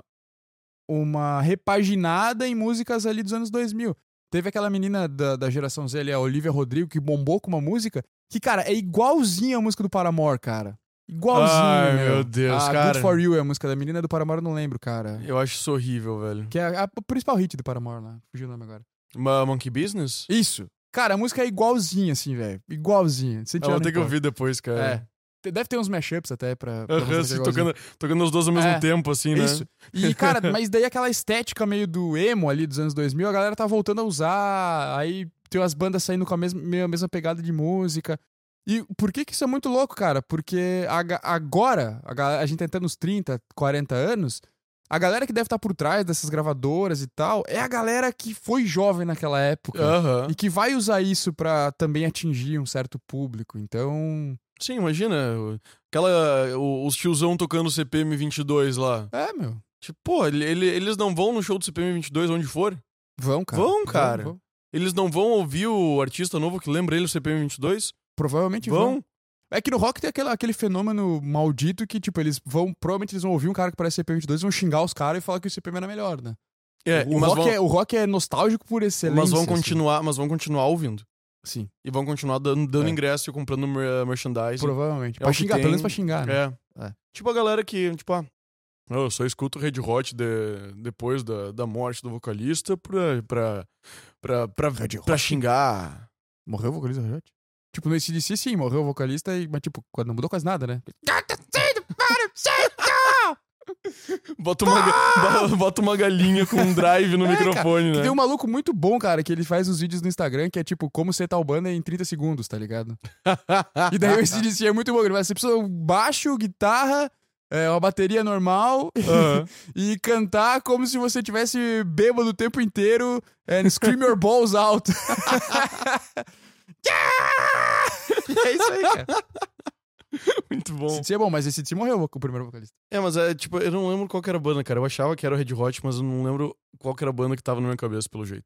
[SPEAKER 2] uma repaginada em músicas ali dos anos 2000. Teve aquela menina da, da geração Z ali, a Olivia Rodrigo, que bombou com uma música que, cara, é igualzinha a música do Paramore, cara. Igualzinho,
[SPEAKER 1] Ai,
[SPEAKER 2] meu.
[SPEAKER 1] meu Deus,
[SPEAKER 2] a
[SPEAKER 1] cara.
[SPEAKER 2] Good For You é a música da menina do Paramore, eu não lembro, cara.
[SPEAKER 1] Eu acho isso horrível, velho.
[SPEAKER 2] Que é a, a principal hit do Paramore lá. Fugiu o nome agora.
[SPEAKER 1] Ma Monkey Business?
[SPEAKER 2] Isso. Cara, a música é igualzinha, assim, velho. Igualzinha. Sem
[SPEAKER 1] Eu
[SPEAKER 2] tirar
[SPEAKER 1] vou
[SPEAKER 2] nem
[SPEAKER 1] ter que
[SPEAKER 2] pôr.
[SPEAKER 1] ouvir depois, cara.
[SPEAKER 2] É. Te- Deve ter uns mashups até pra. pra
[SPEAKER 1] Aham,
[SPEAKER 2] mostrar
[SPEAKER 1] assim,
[SPEAKER 2] que é igualzinho.
[SPEAKER 1] tocando, tocando os dois ao mesmo
[SPEAKER 2] É.
[SPEAKER 1] tempo, assim, né?
[SPEAKER 2] Isso. E, cara, mas daí aquela estética meio do emo ali dos anos 2000, a galera tá voltando a usar. Aí tem umas bandas saindo com a mesma, meio a mesma pegada de música. E por que que isso é muito louco, cara? Porque a ga- agora, a, ga- a gente tá entrando nos 30, 40 anos, a galera que deve estar por trás dessas gravadoras e tal, é a galera que foi jovem naquela época.
[SPEAKER 1] Aham.
[SPEAKER 2] E que vai usar isso pra também atingir um certo público. Então.
[SPEAKER 1] Sim, imagina. o- Aquela. o- Os tiozão tocando CPM 22 lá.
[SPEAKER 2] É, meu.
[SPEAKER 1] Tipo, pô, ele- ele- eles não vão no show do CPM 22 onde for?
[SPEAKER 2] Vão, cara.
[SPEAKER 1] Vão, cara. Eles não vão ouvir o artista novo que lembra ele do CPM 22?
[SPEAKER 2] Provavelmente vão.
[SPEAKER 1] Vão?
[SPEAKER 2] É que no rock tem aquele, aquele fenômeno maldito que, tipo, eles vão. Provavelmente eles vão ouvir um cara que parece CPM22, vão xingar os caras e falar que o CPM era melhor, né?
[SPEAKER 1] É,
[SPEAKER 2] o,
[SPEAKER 1] mas
[SPEAKER 2] rock
[SPEAKER 1] vão,
[SPEAKER 2] é o rock é nostálgico por excelência.
[SPEAKER 1] mas vão
[SPEAKER 2] assim.
[SPEAKER 1] continuar, mas vão continuar ouvindo.
[SPEAKER 2] Sim,
[SPEAKER 1] E vão continuar dando, dando
[SPEAKER 2] É.
[SPEAKER 1] ingresso e comprando mer- merchandising.
[SPEAKER 2] provavelmente.
[SPEAKER 1] É o
[SPEAKER 2] pra
[SPEAKER 1] que
[SPEAKER 2] xingar,
[SPEAKER 1] tem.
[SPEAKER 2] pelo menos pra xingar, né?
[SPEAKER 1] É.
[SPEAKER 2] É.
[SPEAKER 1] Tipo a galera que, tipo, ah, eu só escuto Red Hot de- depois da, da morte do vocalista pra, pra, pra, pra,
[SPEAKER 2] Red Hot?
[SPEAKER 1] pra xingar.
[SPEAKER 2] Morreu o vocalista do Red Hot? Tipo, no ACDC, sim, morreu o vocalista, e, mas, tipo, quando não mudou quase nada, né?
[SPEAKER 1] Bota uma, ga- bo- bota uma galinha com um drive no
[SPEAKER 2] É, cara,
[SPEAKER 1] microfone,
[SPEAKER 2] Que
[SPEAKER 1] né?
[SPEAKER 2] tem um maluco muito bom, cara, que ele faz uns vídeos no Instagram que é tipo, como ser tal banda em 30 segundos, tá ligado? E daí o ACDC é muito bom. Ele vai, você precisa de um baixo, guitarra, é, uma bateria normal
[SPEAKER 1] Aham.
[SPEAKER 2] e cantar como se você tivesse bêbado o tempo inteiro and scream your balls out. é isso aí, cara.
[SPEAKER 1] Muito bom.
[SPEAKER 2] ACDC é bom, mas esse ACDC morreu o primeiro vocalista.
[SPEAKER 1] É, mas é, tipo, eu não lembro qual que era a banda, cara. Eu achava que era o Red Hot, mas eu não lembro qual que era a banda que tava na minha cabeça, pelo jeito.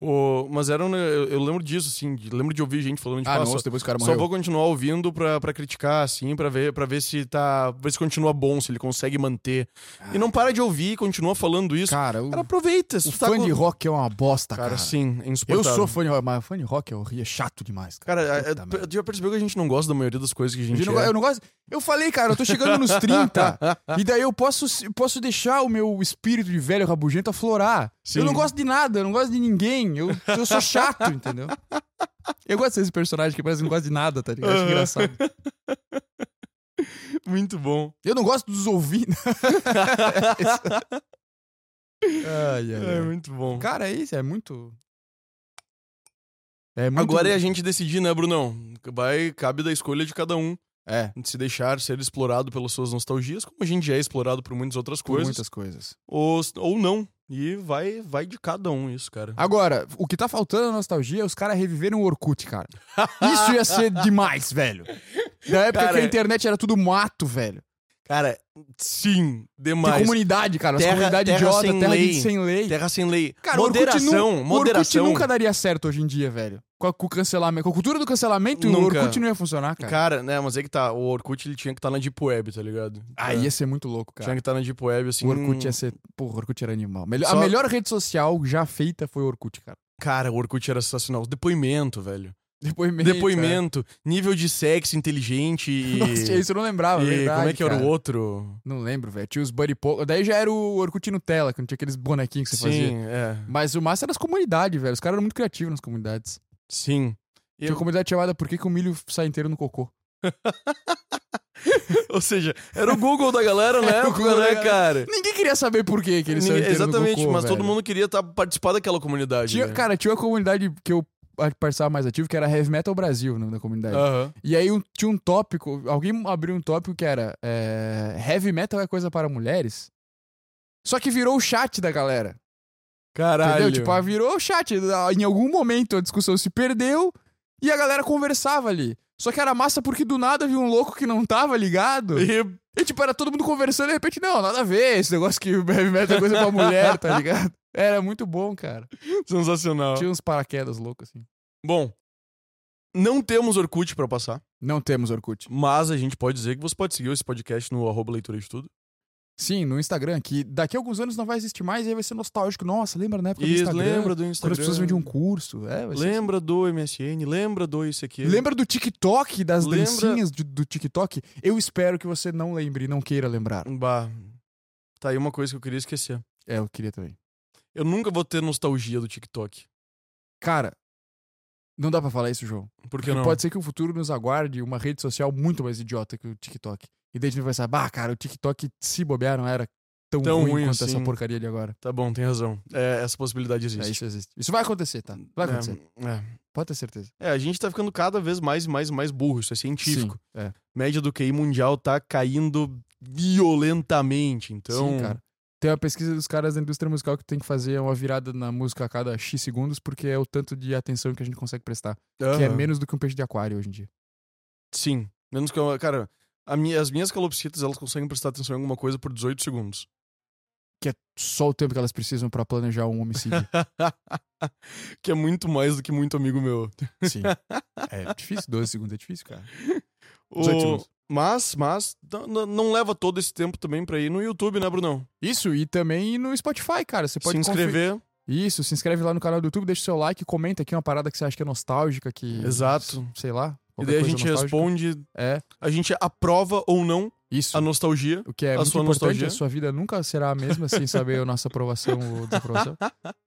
[SPEAKER 1] O, mas era um, eu, eu lembro disso, assim. de- lembro de ouvir gente falando de ah, só,
[SPEAKER 2] depois o cara
[SPEAKER 1] só vou continuar ouvindo pra, pra criticar, assim, pra ver, pra ver se tá. Ver se continua bom, se ele consegue manter. E não para de ouvir, continua falando isso.
[SPEAKER 2] Cara, o,
[SPEAKER 1] Cara, aproveita. se
[SPEAKER 2] o
[SPEAKER 1] tu tá
[SPEAKER 2] fã
[SPEAKER 1] com-
[SPEAKER 2] de rock é uma bosta,
[SPEAKER 1] Cara,
[SPEAKER 2] cara.
[SPEAKER 1] sim, é
[SPEAKER 2] Eu
[SPEAKER 1] insuportável.
[SPEAKER 2] sou fã de rock, mas fã de rock é horrível, é chato demais,
[SPEAKER 1] Cara,
[SPEAKER 2] cara.
[SPEAKER 1] é- é-
[SPEAKER 2] Puta merda.
[SPEAKER 1] tu já percebeu que a gente não gosta da maioria das coisas que a gente.
[SPEAKER 2] Eu não, go-
[SPEAKER 1] é?
[SPEAKER 2] eu não gosto. Eu falei, cara, eu tô chegando nos 30.
[SPEAKER 1] Ah.
[SPEAKER 2] e daí eu posso, eu posso deixar o meu espírito de velho rabugento aflorar.
[SPEAKER 1] Sim.
[SPEAKER 2] Eu não gosto de nada, eu não gosto de ninguém. Eu, eu sou chato, entendeu? Eu gosto desse personagem que parece que não gosta de nada, tá ligado? Eu Acho
[SPEAKER 1] Aham.
[SPEAKER 2] engraçado.
[SPEAKER 1] Muito bom.
[SPEAKER 2] Eu não gosto dos ouvidos. ai,
[SPEAKER 1] É,
[SPEAKER 2] ai, ai.
[SPEAKER 1] muito bom.
[SPEAKER 2] Cara, é isso, é muito. É muito.
[SPEAKER 1] Agora é a gente decidir, né, Brunão? Vai, cabe da escolha de cada um.
[SPEAKER 2] É,
[SPEAKER 1] Se deixar ser explorado pelas suas nostalgias, como a gente já é explorado por muitas outras
[SPEAKER 2] por
[SPEAKER 1] coisas,
[SPEAKER 2] muitas coisas.
[SPEAKER 1] ou, ou não. E vai, vai de cada um isso, cara.
[SPEAKER 2] Agora, o que tá faltando na nostalgia é os caras reviverem o Orkut, cara. Isso ia ser demais, velho. Da época
[SPEAKER 1] Cara, é.
[SPEAKER 2] que a internet era tudo mato, velho.
[SPEAKER 1] Cara, sim,
[SPEAKER 2] Tem
[SPEAKER 1] demais.
[SPEAKER 2] comunidade, cara. As
[SPEAKER 1] terra-
[SPEAKER 2] comunidade
[SPEAKER 1] terra
[SPEAKER 2] idiota,
[SPEAKER 1] sem
[SPEAKER 2] terra de
[SPEAKER 1] lei.
[SPEAKER 2] sem lei.
[SPEAKER 1] Terra sem lei.
[SPEAKER 2] Cara, o Orkut nu-
[SPEAKER 1] moderação, moderação.
[SPEAKER 2] O Orkut nunca daria certo hoje em dia, velho. Com, a, com o cancelamento. Com a cultura do cancelamento,
[SPEAKER 1] Nunca.
[SPEAKER 2] o Orkut não ia funcionar, cara.
[SPEAKER 1] Cara, né, mas é que tá, o Orkut ele tinha que estar na Deep Web, tá ligado?
[SPEAKER 2] Aí Ah, ia ser muito louco, cara.
[SPEAKER 1] Tinha que estar na Deep Web, assim.
[SPEAKER 2] O Orkut ia ser. Porra, o Orkut era animal. Melhor-
[SPEAKER 1] Só-
[SPEAKER 2] A melhor rede social já feita foi o Orkut, cara.
[SPEAKER 1] Cara, o Orkut era sensacional. Depoimento, velho.
[SPEAKER 2] Depoimento. cara.
[SPEAKER 1] Depoimento, nível de sexo inteligente e.
[SPEAKER 2] né? Nossa, isso eu não lembrava,
[SPEAKER 1] e
[SPEAKER 2] verdade,
[SPEAKER 1] como é que era
[SPEAKER 2] cara.
[SPEAKER 1] o outro?
[SPEAKER 2] Não lembro, velho. Tinha os Buddy Polo. Daí já era o Orkut Nutella, quando tinha aqueles bonequinhos que você fazia.
[SPEAKER 1] Sim, é.
[SPEAKER 2] Mas o massa era as comunidades, velho. Os caras eram muito criativos nas comunidades.
[SPEAKER 1] Sim.
[SPEAKER 2] Tinha uma comunidade chamada Por que, que o milho sai inteiro no cocô?
[SPEAKER 1] Ou seja, era o Google da galera na
[SPEAKER 2] Era o
[SPEAKER 1] época,
[SPEAKER 2] Google da
[SPEAKER 1] né,
[SPEAKER 2] galera.
[SPEAKER 1] cara?
[SPEAKER 2] Ninguém queria saber por que, que ele saiu
[SPEAKER 1] Ninguém-
[SPEAKER 2] inteiro no
[SPEAKER 1] Exatamente,
[SPEAKER 2] cocô.
[SPEAKER 1] mas todo
[SPEAKER 2] velho.
[SPEAKER 1] mundo queria tá, participar daquela comunidade.
[SPEAKER 2] Tinha,
[SPEAKER 1] né?
[SPEAKER 2] cara, tinha uma comunidade que eu participava mais ativo, que era Heavy Metal Brasil, o nome da comunidade.
[SPEAKER 1] Aham.
[SPEAKER 2] E aí um- tinha um tópico, alguém abriu um tópico que era é, Heavy Metal é coisa para mulheres? Só que virou o chat da galera.
[SPEAKER 1] Caralho.
[SPEAKER 2] Entendeu? Tipo, ah, virou o chat. Em algum momento a discussão se perdeu e a galera conversava ali. Só que era massa porque do nada viu um louco que não tava ligado. E,
[SPEAKER 1] E-
[SPEAKER 2] tipo, era todo mundo conversando e de repente, não, nada a ver. Esse negócio que heavy metal é coisa pra mulher, tá ligado? Era muito bom, cara.
[SPEAKER 1] Sensacional.
[SPEAKER 2] Tinha uns paraquedas loucos, assim.
[SPEAKER 1] Bom, não temos Orkut pra passar,
[SPEAKER 2] Não temos Orkut.
[SPEAKER 1] mas a gente pode dizer que você pode seguir esse podcast no arroba leitura de tudo.
[SPEAKER 2] Sim, no Instagram, que daqui a alguns anos não vai existir mais e aí vai ser nostálgico. Nossa, lembra na época do
[SPEAKER 1] E
[SPEAKER 2] Instagram?
[SPEAKER 1] lembra do
[SPEAKER 2] Quando
[SPEAKER 1] Instagram.
[SPEAKER 2] as pessoas vendiam um curso. É, vai ser assim.
[SPEAKER 1] Lembra do MSN, lembra do isso aqui.
[SPEAKER 2] Lembra do TikTok, das
[SPEAKER 1] Lembra-
[SPEAKER 2] dancinhas de- do TikTok? Eu espero que você não lembre e não queira lembrar.
[SPEAKER 1] Bah, tá aí uma coisa que eu queria esquecer.
[SPEAKER 2] É, eu queria também.
[SPEAKER 1] Eu nunca vou ter nostalgia do TikTok.
[SPEAKER 2] Cara, Não dá pra falar isso, João.
[SPEAKER 1] Por que não?
[SPEAKER 2] Pode ser que o futuro nos aguarde uma rede social muito mais idiota que o TikTok. E daí a gente vai pensar, bah, cara, o TikTok se bobear não era tão,
[SPEAKER 1] Tão
[SPEAKER 2] ruim,
[SPEAKER 1] ruim
[SPEAKER 2] quanto
[SPEAKER 1] assim."
[SPEAKER 2] essa porcaria de agora.
[SPEAKER 1] Tá bom, tem razão. É, essa possibilidade
[SPEAKER 2] É,
[SPEAKER 1] existe.
[SPEAKER 2] isso existe. Isso vai acontecer, tá? Vai acontecer.
[SPEAKER 1] É,
[SPEAKER 2] Pode ter certeza.
[SPEAKER 1] é. É, a gente tá ficando cada vez mais mais mais burro, isso é científico.
[SPEAKER 2] Sim, é.
[SPEAKER 1] Média do QI mundial tá caindo violentamente, então...
[SPEAKER 2] Sim, cara. Tem uma pesquisa dos caras da indústria musical que tem que fazer uma virada na música a cada X segundos, porque é o tanto de atenção que a gente consegue prestar. Que é
[SPEAKER 1] aham.
[SPEAKER 2] menos do que um peixe de aquário hoje em dia.
[SPEAKER 1] Sim. Menos que eu, cara, a minha- as minhas calopsitas, elas conseguem prestar atenção em alguma coisa por 18 segundos.
[SPEAKER 2] Que é só o tempo que elas precisam pra planejar um homicídio.
[SPEAKER 1] que é muito mais do que muito amigo meu.
[SPEAKER 2] Sim. É difícil, 12 segundos é difícil, cara.
[SPEAKER 1] O-
[SPEAKER 2] 18 segundos.
[SPEAKER 1] Mas, mas, não- não não leva todo esse tempo também pra ir no YouTube, né, Brunão?
[SPEAKER 2] Isso, e também no Spotify, cara. Você pode
[SPEAKER 1] Se
[SPEAKER 2] conferir-
[SPEAKER 1] inscrever.
[SPEAKER 2] Isso, se inscreve lá no canal do YouTube, deixa o seu like, comenta aqui uma parada que você acha que é nostálgica, que.
[SPEAKER 1] Exato.
[SPEAKER 2] Sei lá.
[SPEAKER 1] E
[SPEAKER 2] qualquer
[SPEAKER 1] daí a
[SPEAKER 2] coisa
[SPEAKER 1] gente
[SPEAKER 2] nostálgica.
[SPEAKER 1] responde,
[SPEAKER 2] É,
[SPEAKER 1] a gente aprova ou não
[SPEAKER 2] isso.
[SPEAKER 1] a nostalgia.
[SPEAKER 2] O que é
[SPEAKER 1] a
[SPEAKER 2] muito
[SPEAKER 1] sua
[SPEAKER 2] importante,
[SPEAKER 1] nostalgia.
[SPEAKER 2] a sua vida nunca será a mesma sem saber a nossa aprovação ou desaprovação.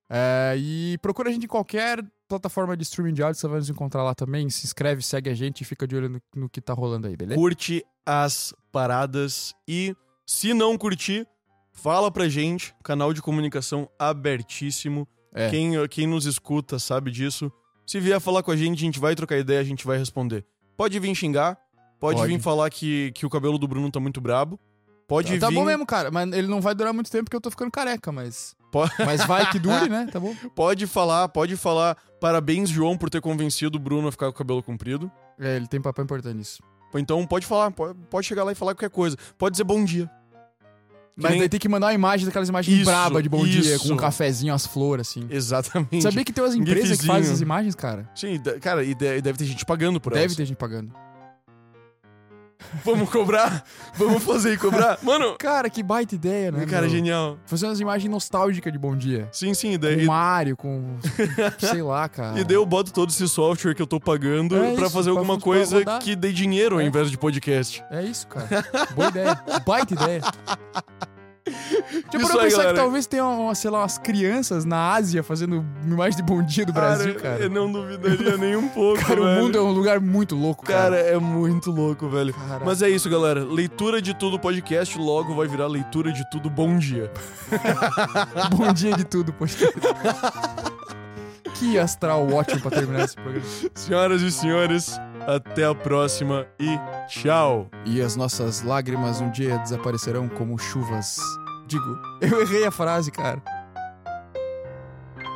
[SPEAKER 2] É, e procura a gente em qualquer plataforma de streaming de áudio, você vai nos encontrar lá também. Se inscreve, segue a gente e fica de olho no, no que tá rolando aí, beleza?
[SPEAKER 1] Curte as paradas e, se não curtir, fala pra gente. Canal de comunicação abertíssimo.
[SPEAKER 2] É.
[SPEAKER 1] Quem, quem nos escuta sabe disso. Se vier falar com a gente, a gente vai trocar ideia, a gente vai responder. Pode vir xingar, pode,
[SPEAKER 2] Pode.
[SPEAKER 1] vir falar que, que o cabelo do Bruno tá muito brabo. Pode
[SPEAKER 2] Tá
[SPEAKER 1] vir.
[SPEAKER 2] bom mesmo, cara, mas ele não vai durar muito tempo porque eu tô ficando careca, mas.
[SPEAKER 1] Po-
[SPEAKER 2] Mas vai que dure, né? Tá bom?
[SPEAKER 1] Pode falar, pode falar. Parabéns, João, por ter convencido o Bruno a ficar com o cabelo comprido.
[SPEAKER 2] É, ele tem papel importante nisso.
[SPEAKER 1] Ou Então pode falar, po- pode chegar lá e falar qualquer coisa. Pode dizer bom dia. Que
[SPEAKER 2] Mas
[SPEAKER 1] nem-
[SPEAKER 2] daí tem que mandar uma imagem daquelas imagens
[SPEAKER 1] Isso,
[SPEAKER 2] braba de bom dia,
[SPEAKER 1] isso.
[SPEAKER 2] com um cafezinho, as flores, assim.
[SPEAKER 1] Exatamente.
[SPEAKER 2] Sabia que tem umas empresas que
[SPEAKER 1] gifzinho.
[SPEAKER 2] fazem essas imagens, cara?
[SPEAKER 1] Sim, de- cara, e de- e deve ter gente pagando por
[SPEAKER 2] Deve
[SPEAKER 1] elas.
[SPEAKER 2] ter gente pagando.
[SPEAKER 1] Vamos cobrar? Vamos fazer e cobrar? Mano,
[SPEAKER 2] Cara, que baita ideia, né?
[SPEAKER 1] cara,
[SPEAKER 2] meu?
[SPEAKER 1] genial.
[SPEAKER 2] Fazer umas imagens nostálgicas de bom dia.
[SPEAKER 1] Sim, sim, e
[SPEAKER 2] Com
[SPEAKER 1] daí.
[SPEAKER 2] Mario, com. sei lá, cara.
[SPEAKER 1] E daí eu boto todo esse software que eu tô pagando
[SPEAKER 2] É
[SPEAKER 1] pra
[SPEAKER 2] isso,
[SPEAKER 1] fazer
[SPEAKER 2] pra-
[SPEAKER 1] alguma
[SPEAKER 2] pra
[SPEAKER 1] coisa
[SPEAKER 2] rodar.
[SPEAKER 1] que dê dinheiro ao
[SPEAKER 2] É.
[SPEAKER 1] invés de podcast.
[SPEAKER 2] É isso, cara. Boa ideia. Baita ideia. Tipo,
[SPEAKER 1] Isso
[SPEAKER 2] eu
[SPEAKER 1] aí,
[SPEAKER 2] pensar
[SPEAKER 1] galera.
[SPEAKER 2] que talvez tenha, uma, sei lá, umas crianças na Ásia fazendo imagem de bom dia do Brasil, cara.
[SPEAKER 1] Eu não duvidaria nem um pouco.
[SPEAKER 2] Cara,
[SPEAKER 1] velho.
[SPEAKER 2] o mundo é um lugar muito louco,
[SPEAKER 1] Cara,
[SPEAKER 2] cara.
[SPEAKER 1] é muito louco, velho.
[SPEAKER 2] Caraca.
[SPEAKER 1] Mas é isso, galera. Leitura de tudo podcast logo vai virar leitura de tudo bom dia.
[SPEAKER 2] Bom dia de tudo, poxa. que astral ótimo pra terminar esse programa.
[SPEAKER 1] Senhoras e senhores, até a próxima e tchau.
[SPEAKER 2] E as nossas lágrimas um dia desaparecerão como chuvas. Digo, eu errei a frase, cara.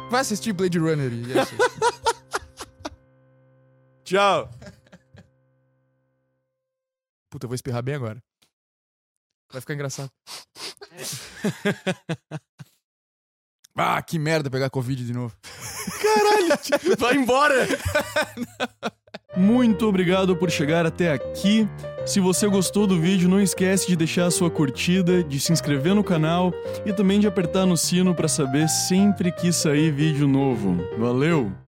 [SPEAKER 2] Vai assistir Blade Runner e é isso aí.
[SPEAKER 1] Tchau.
[SPEAKER 2] Puta, eu vou espirrar bem agora. Vai ficar engraçado. ah, que merda pegar Covid de novo.
[SPEAKER 1] Vai embora! Muito obrigado por chegar até aqui. Se você gostou do vídeo, não esquece de deixar a sua curtida, de se inscrever no canal e também de apertar no sino para saber sempre que sair vídeo novo. Valeu!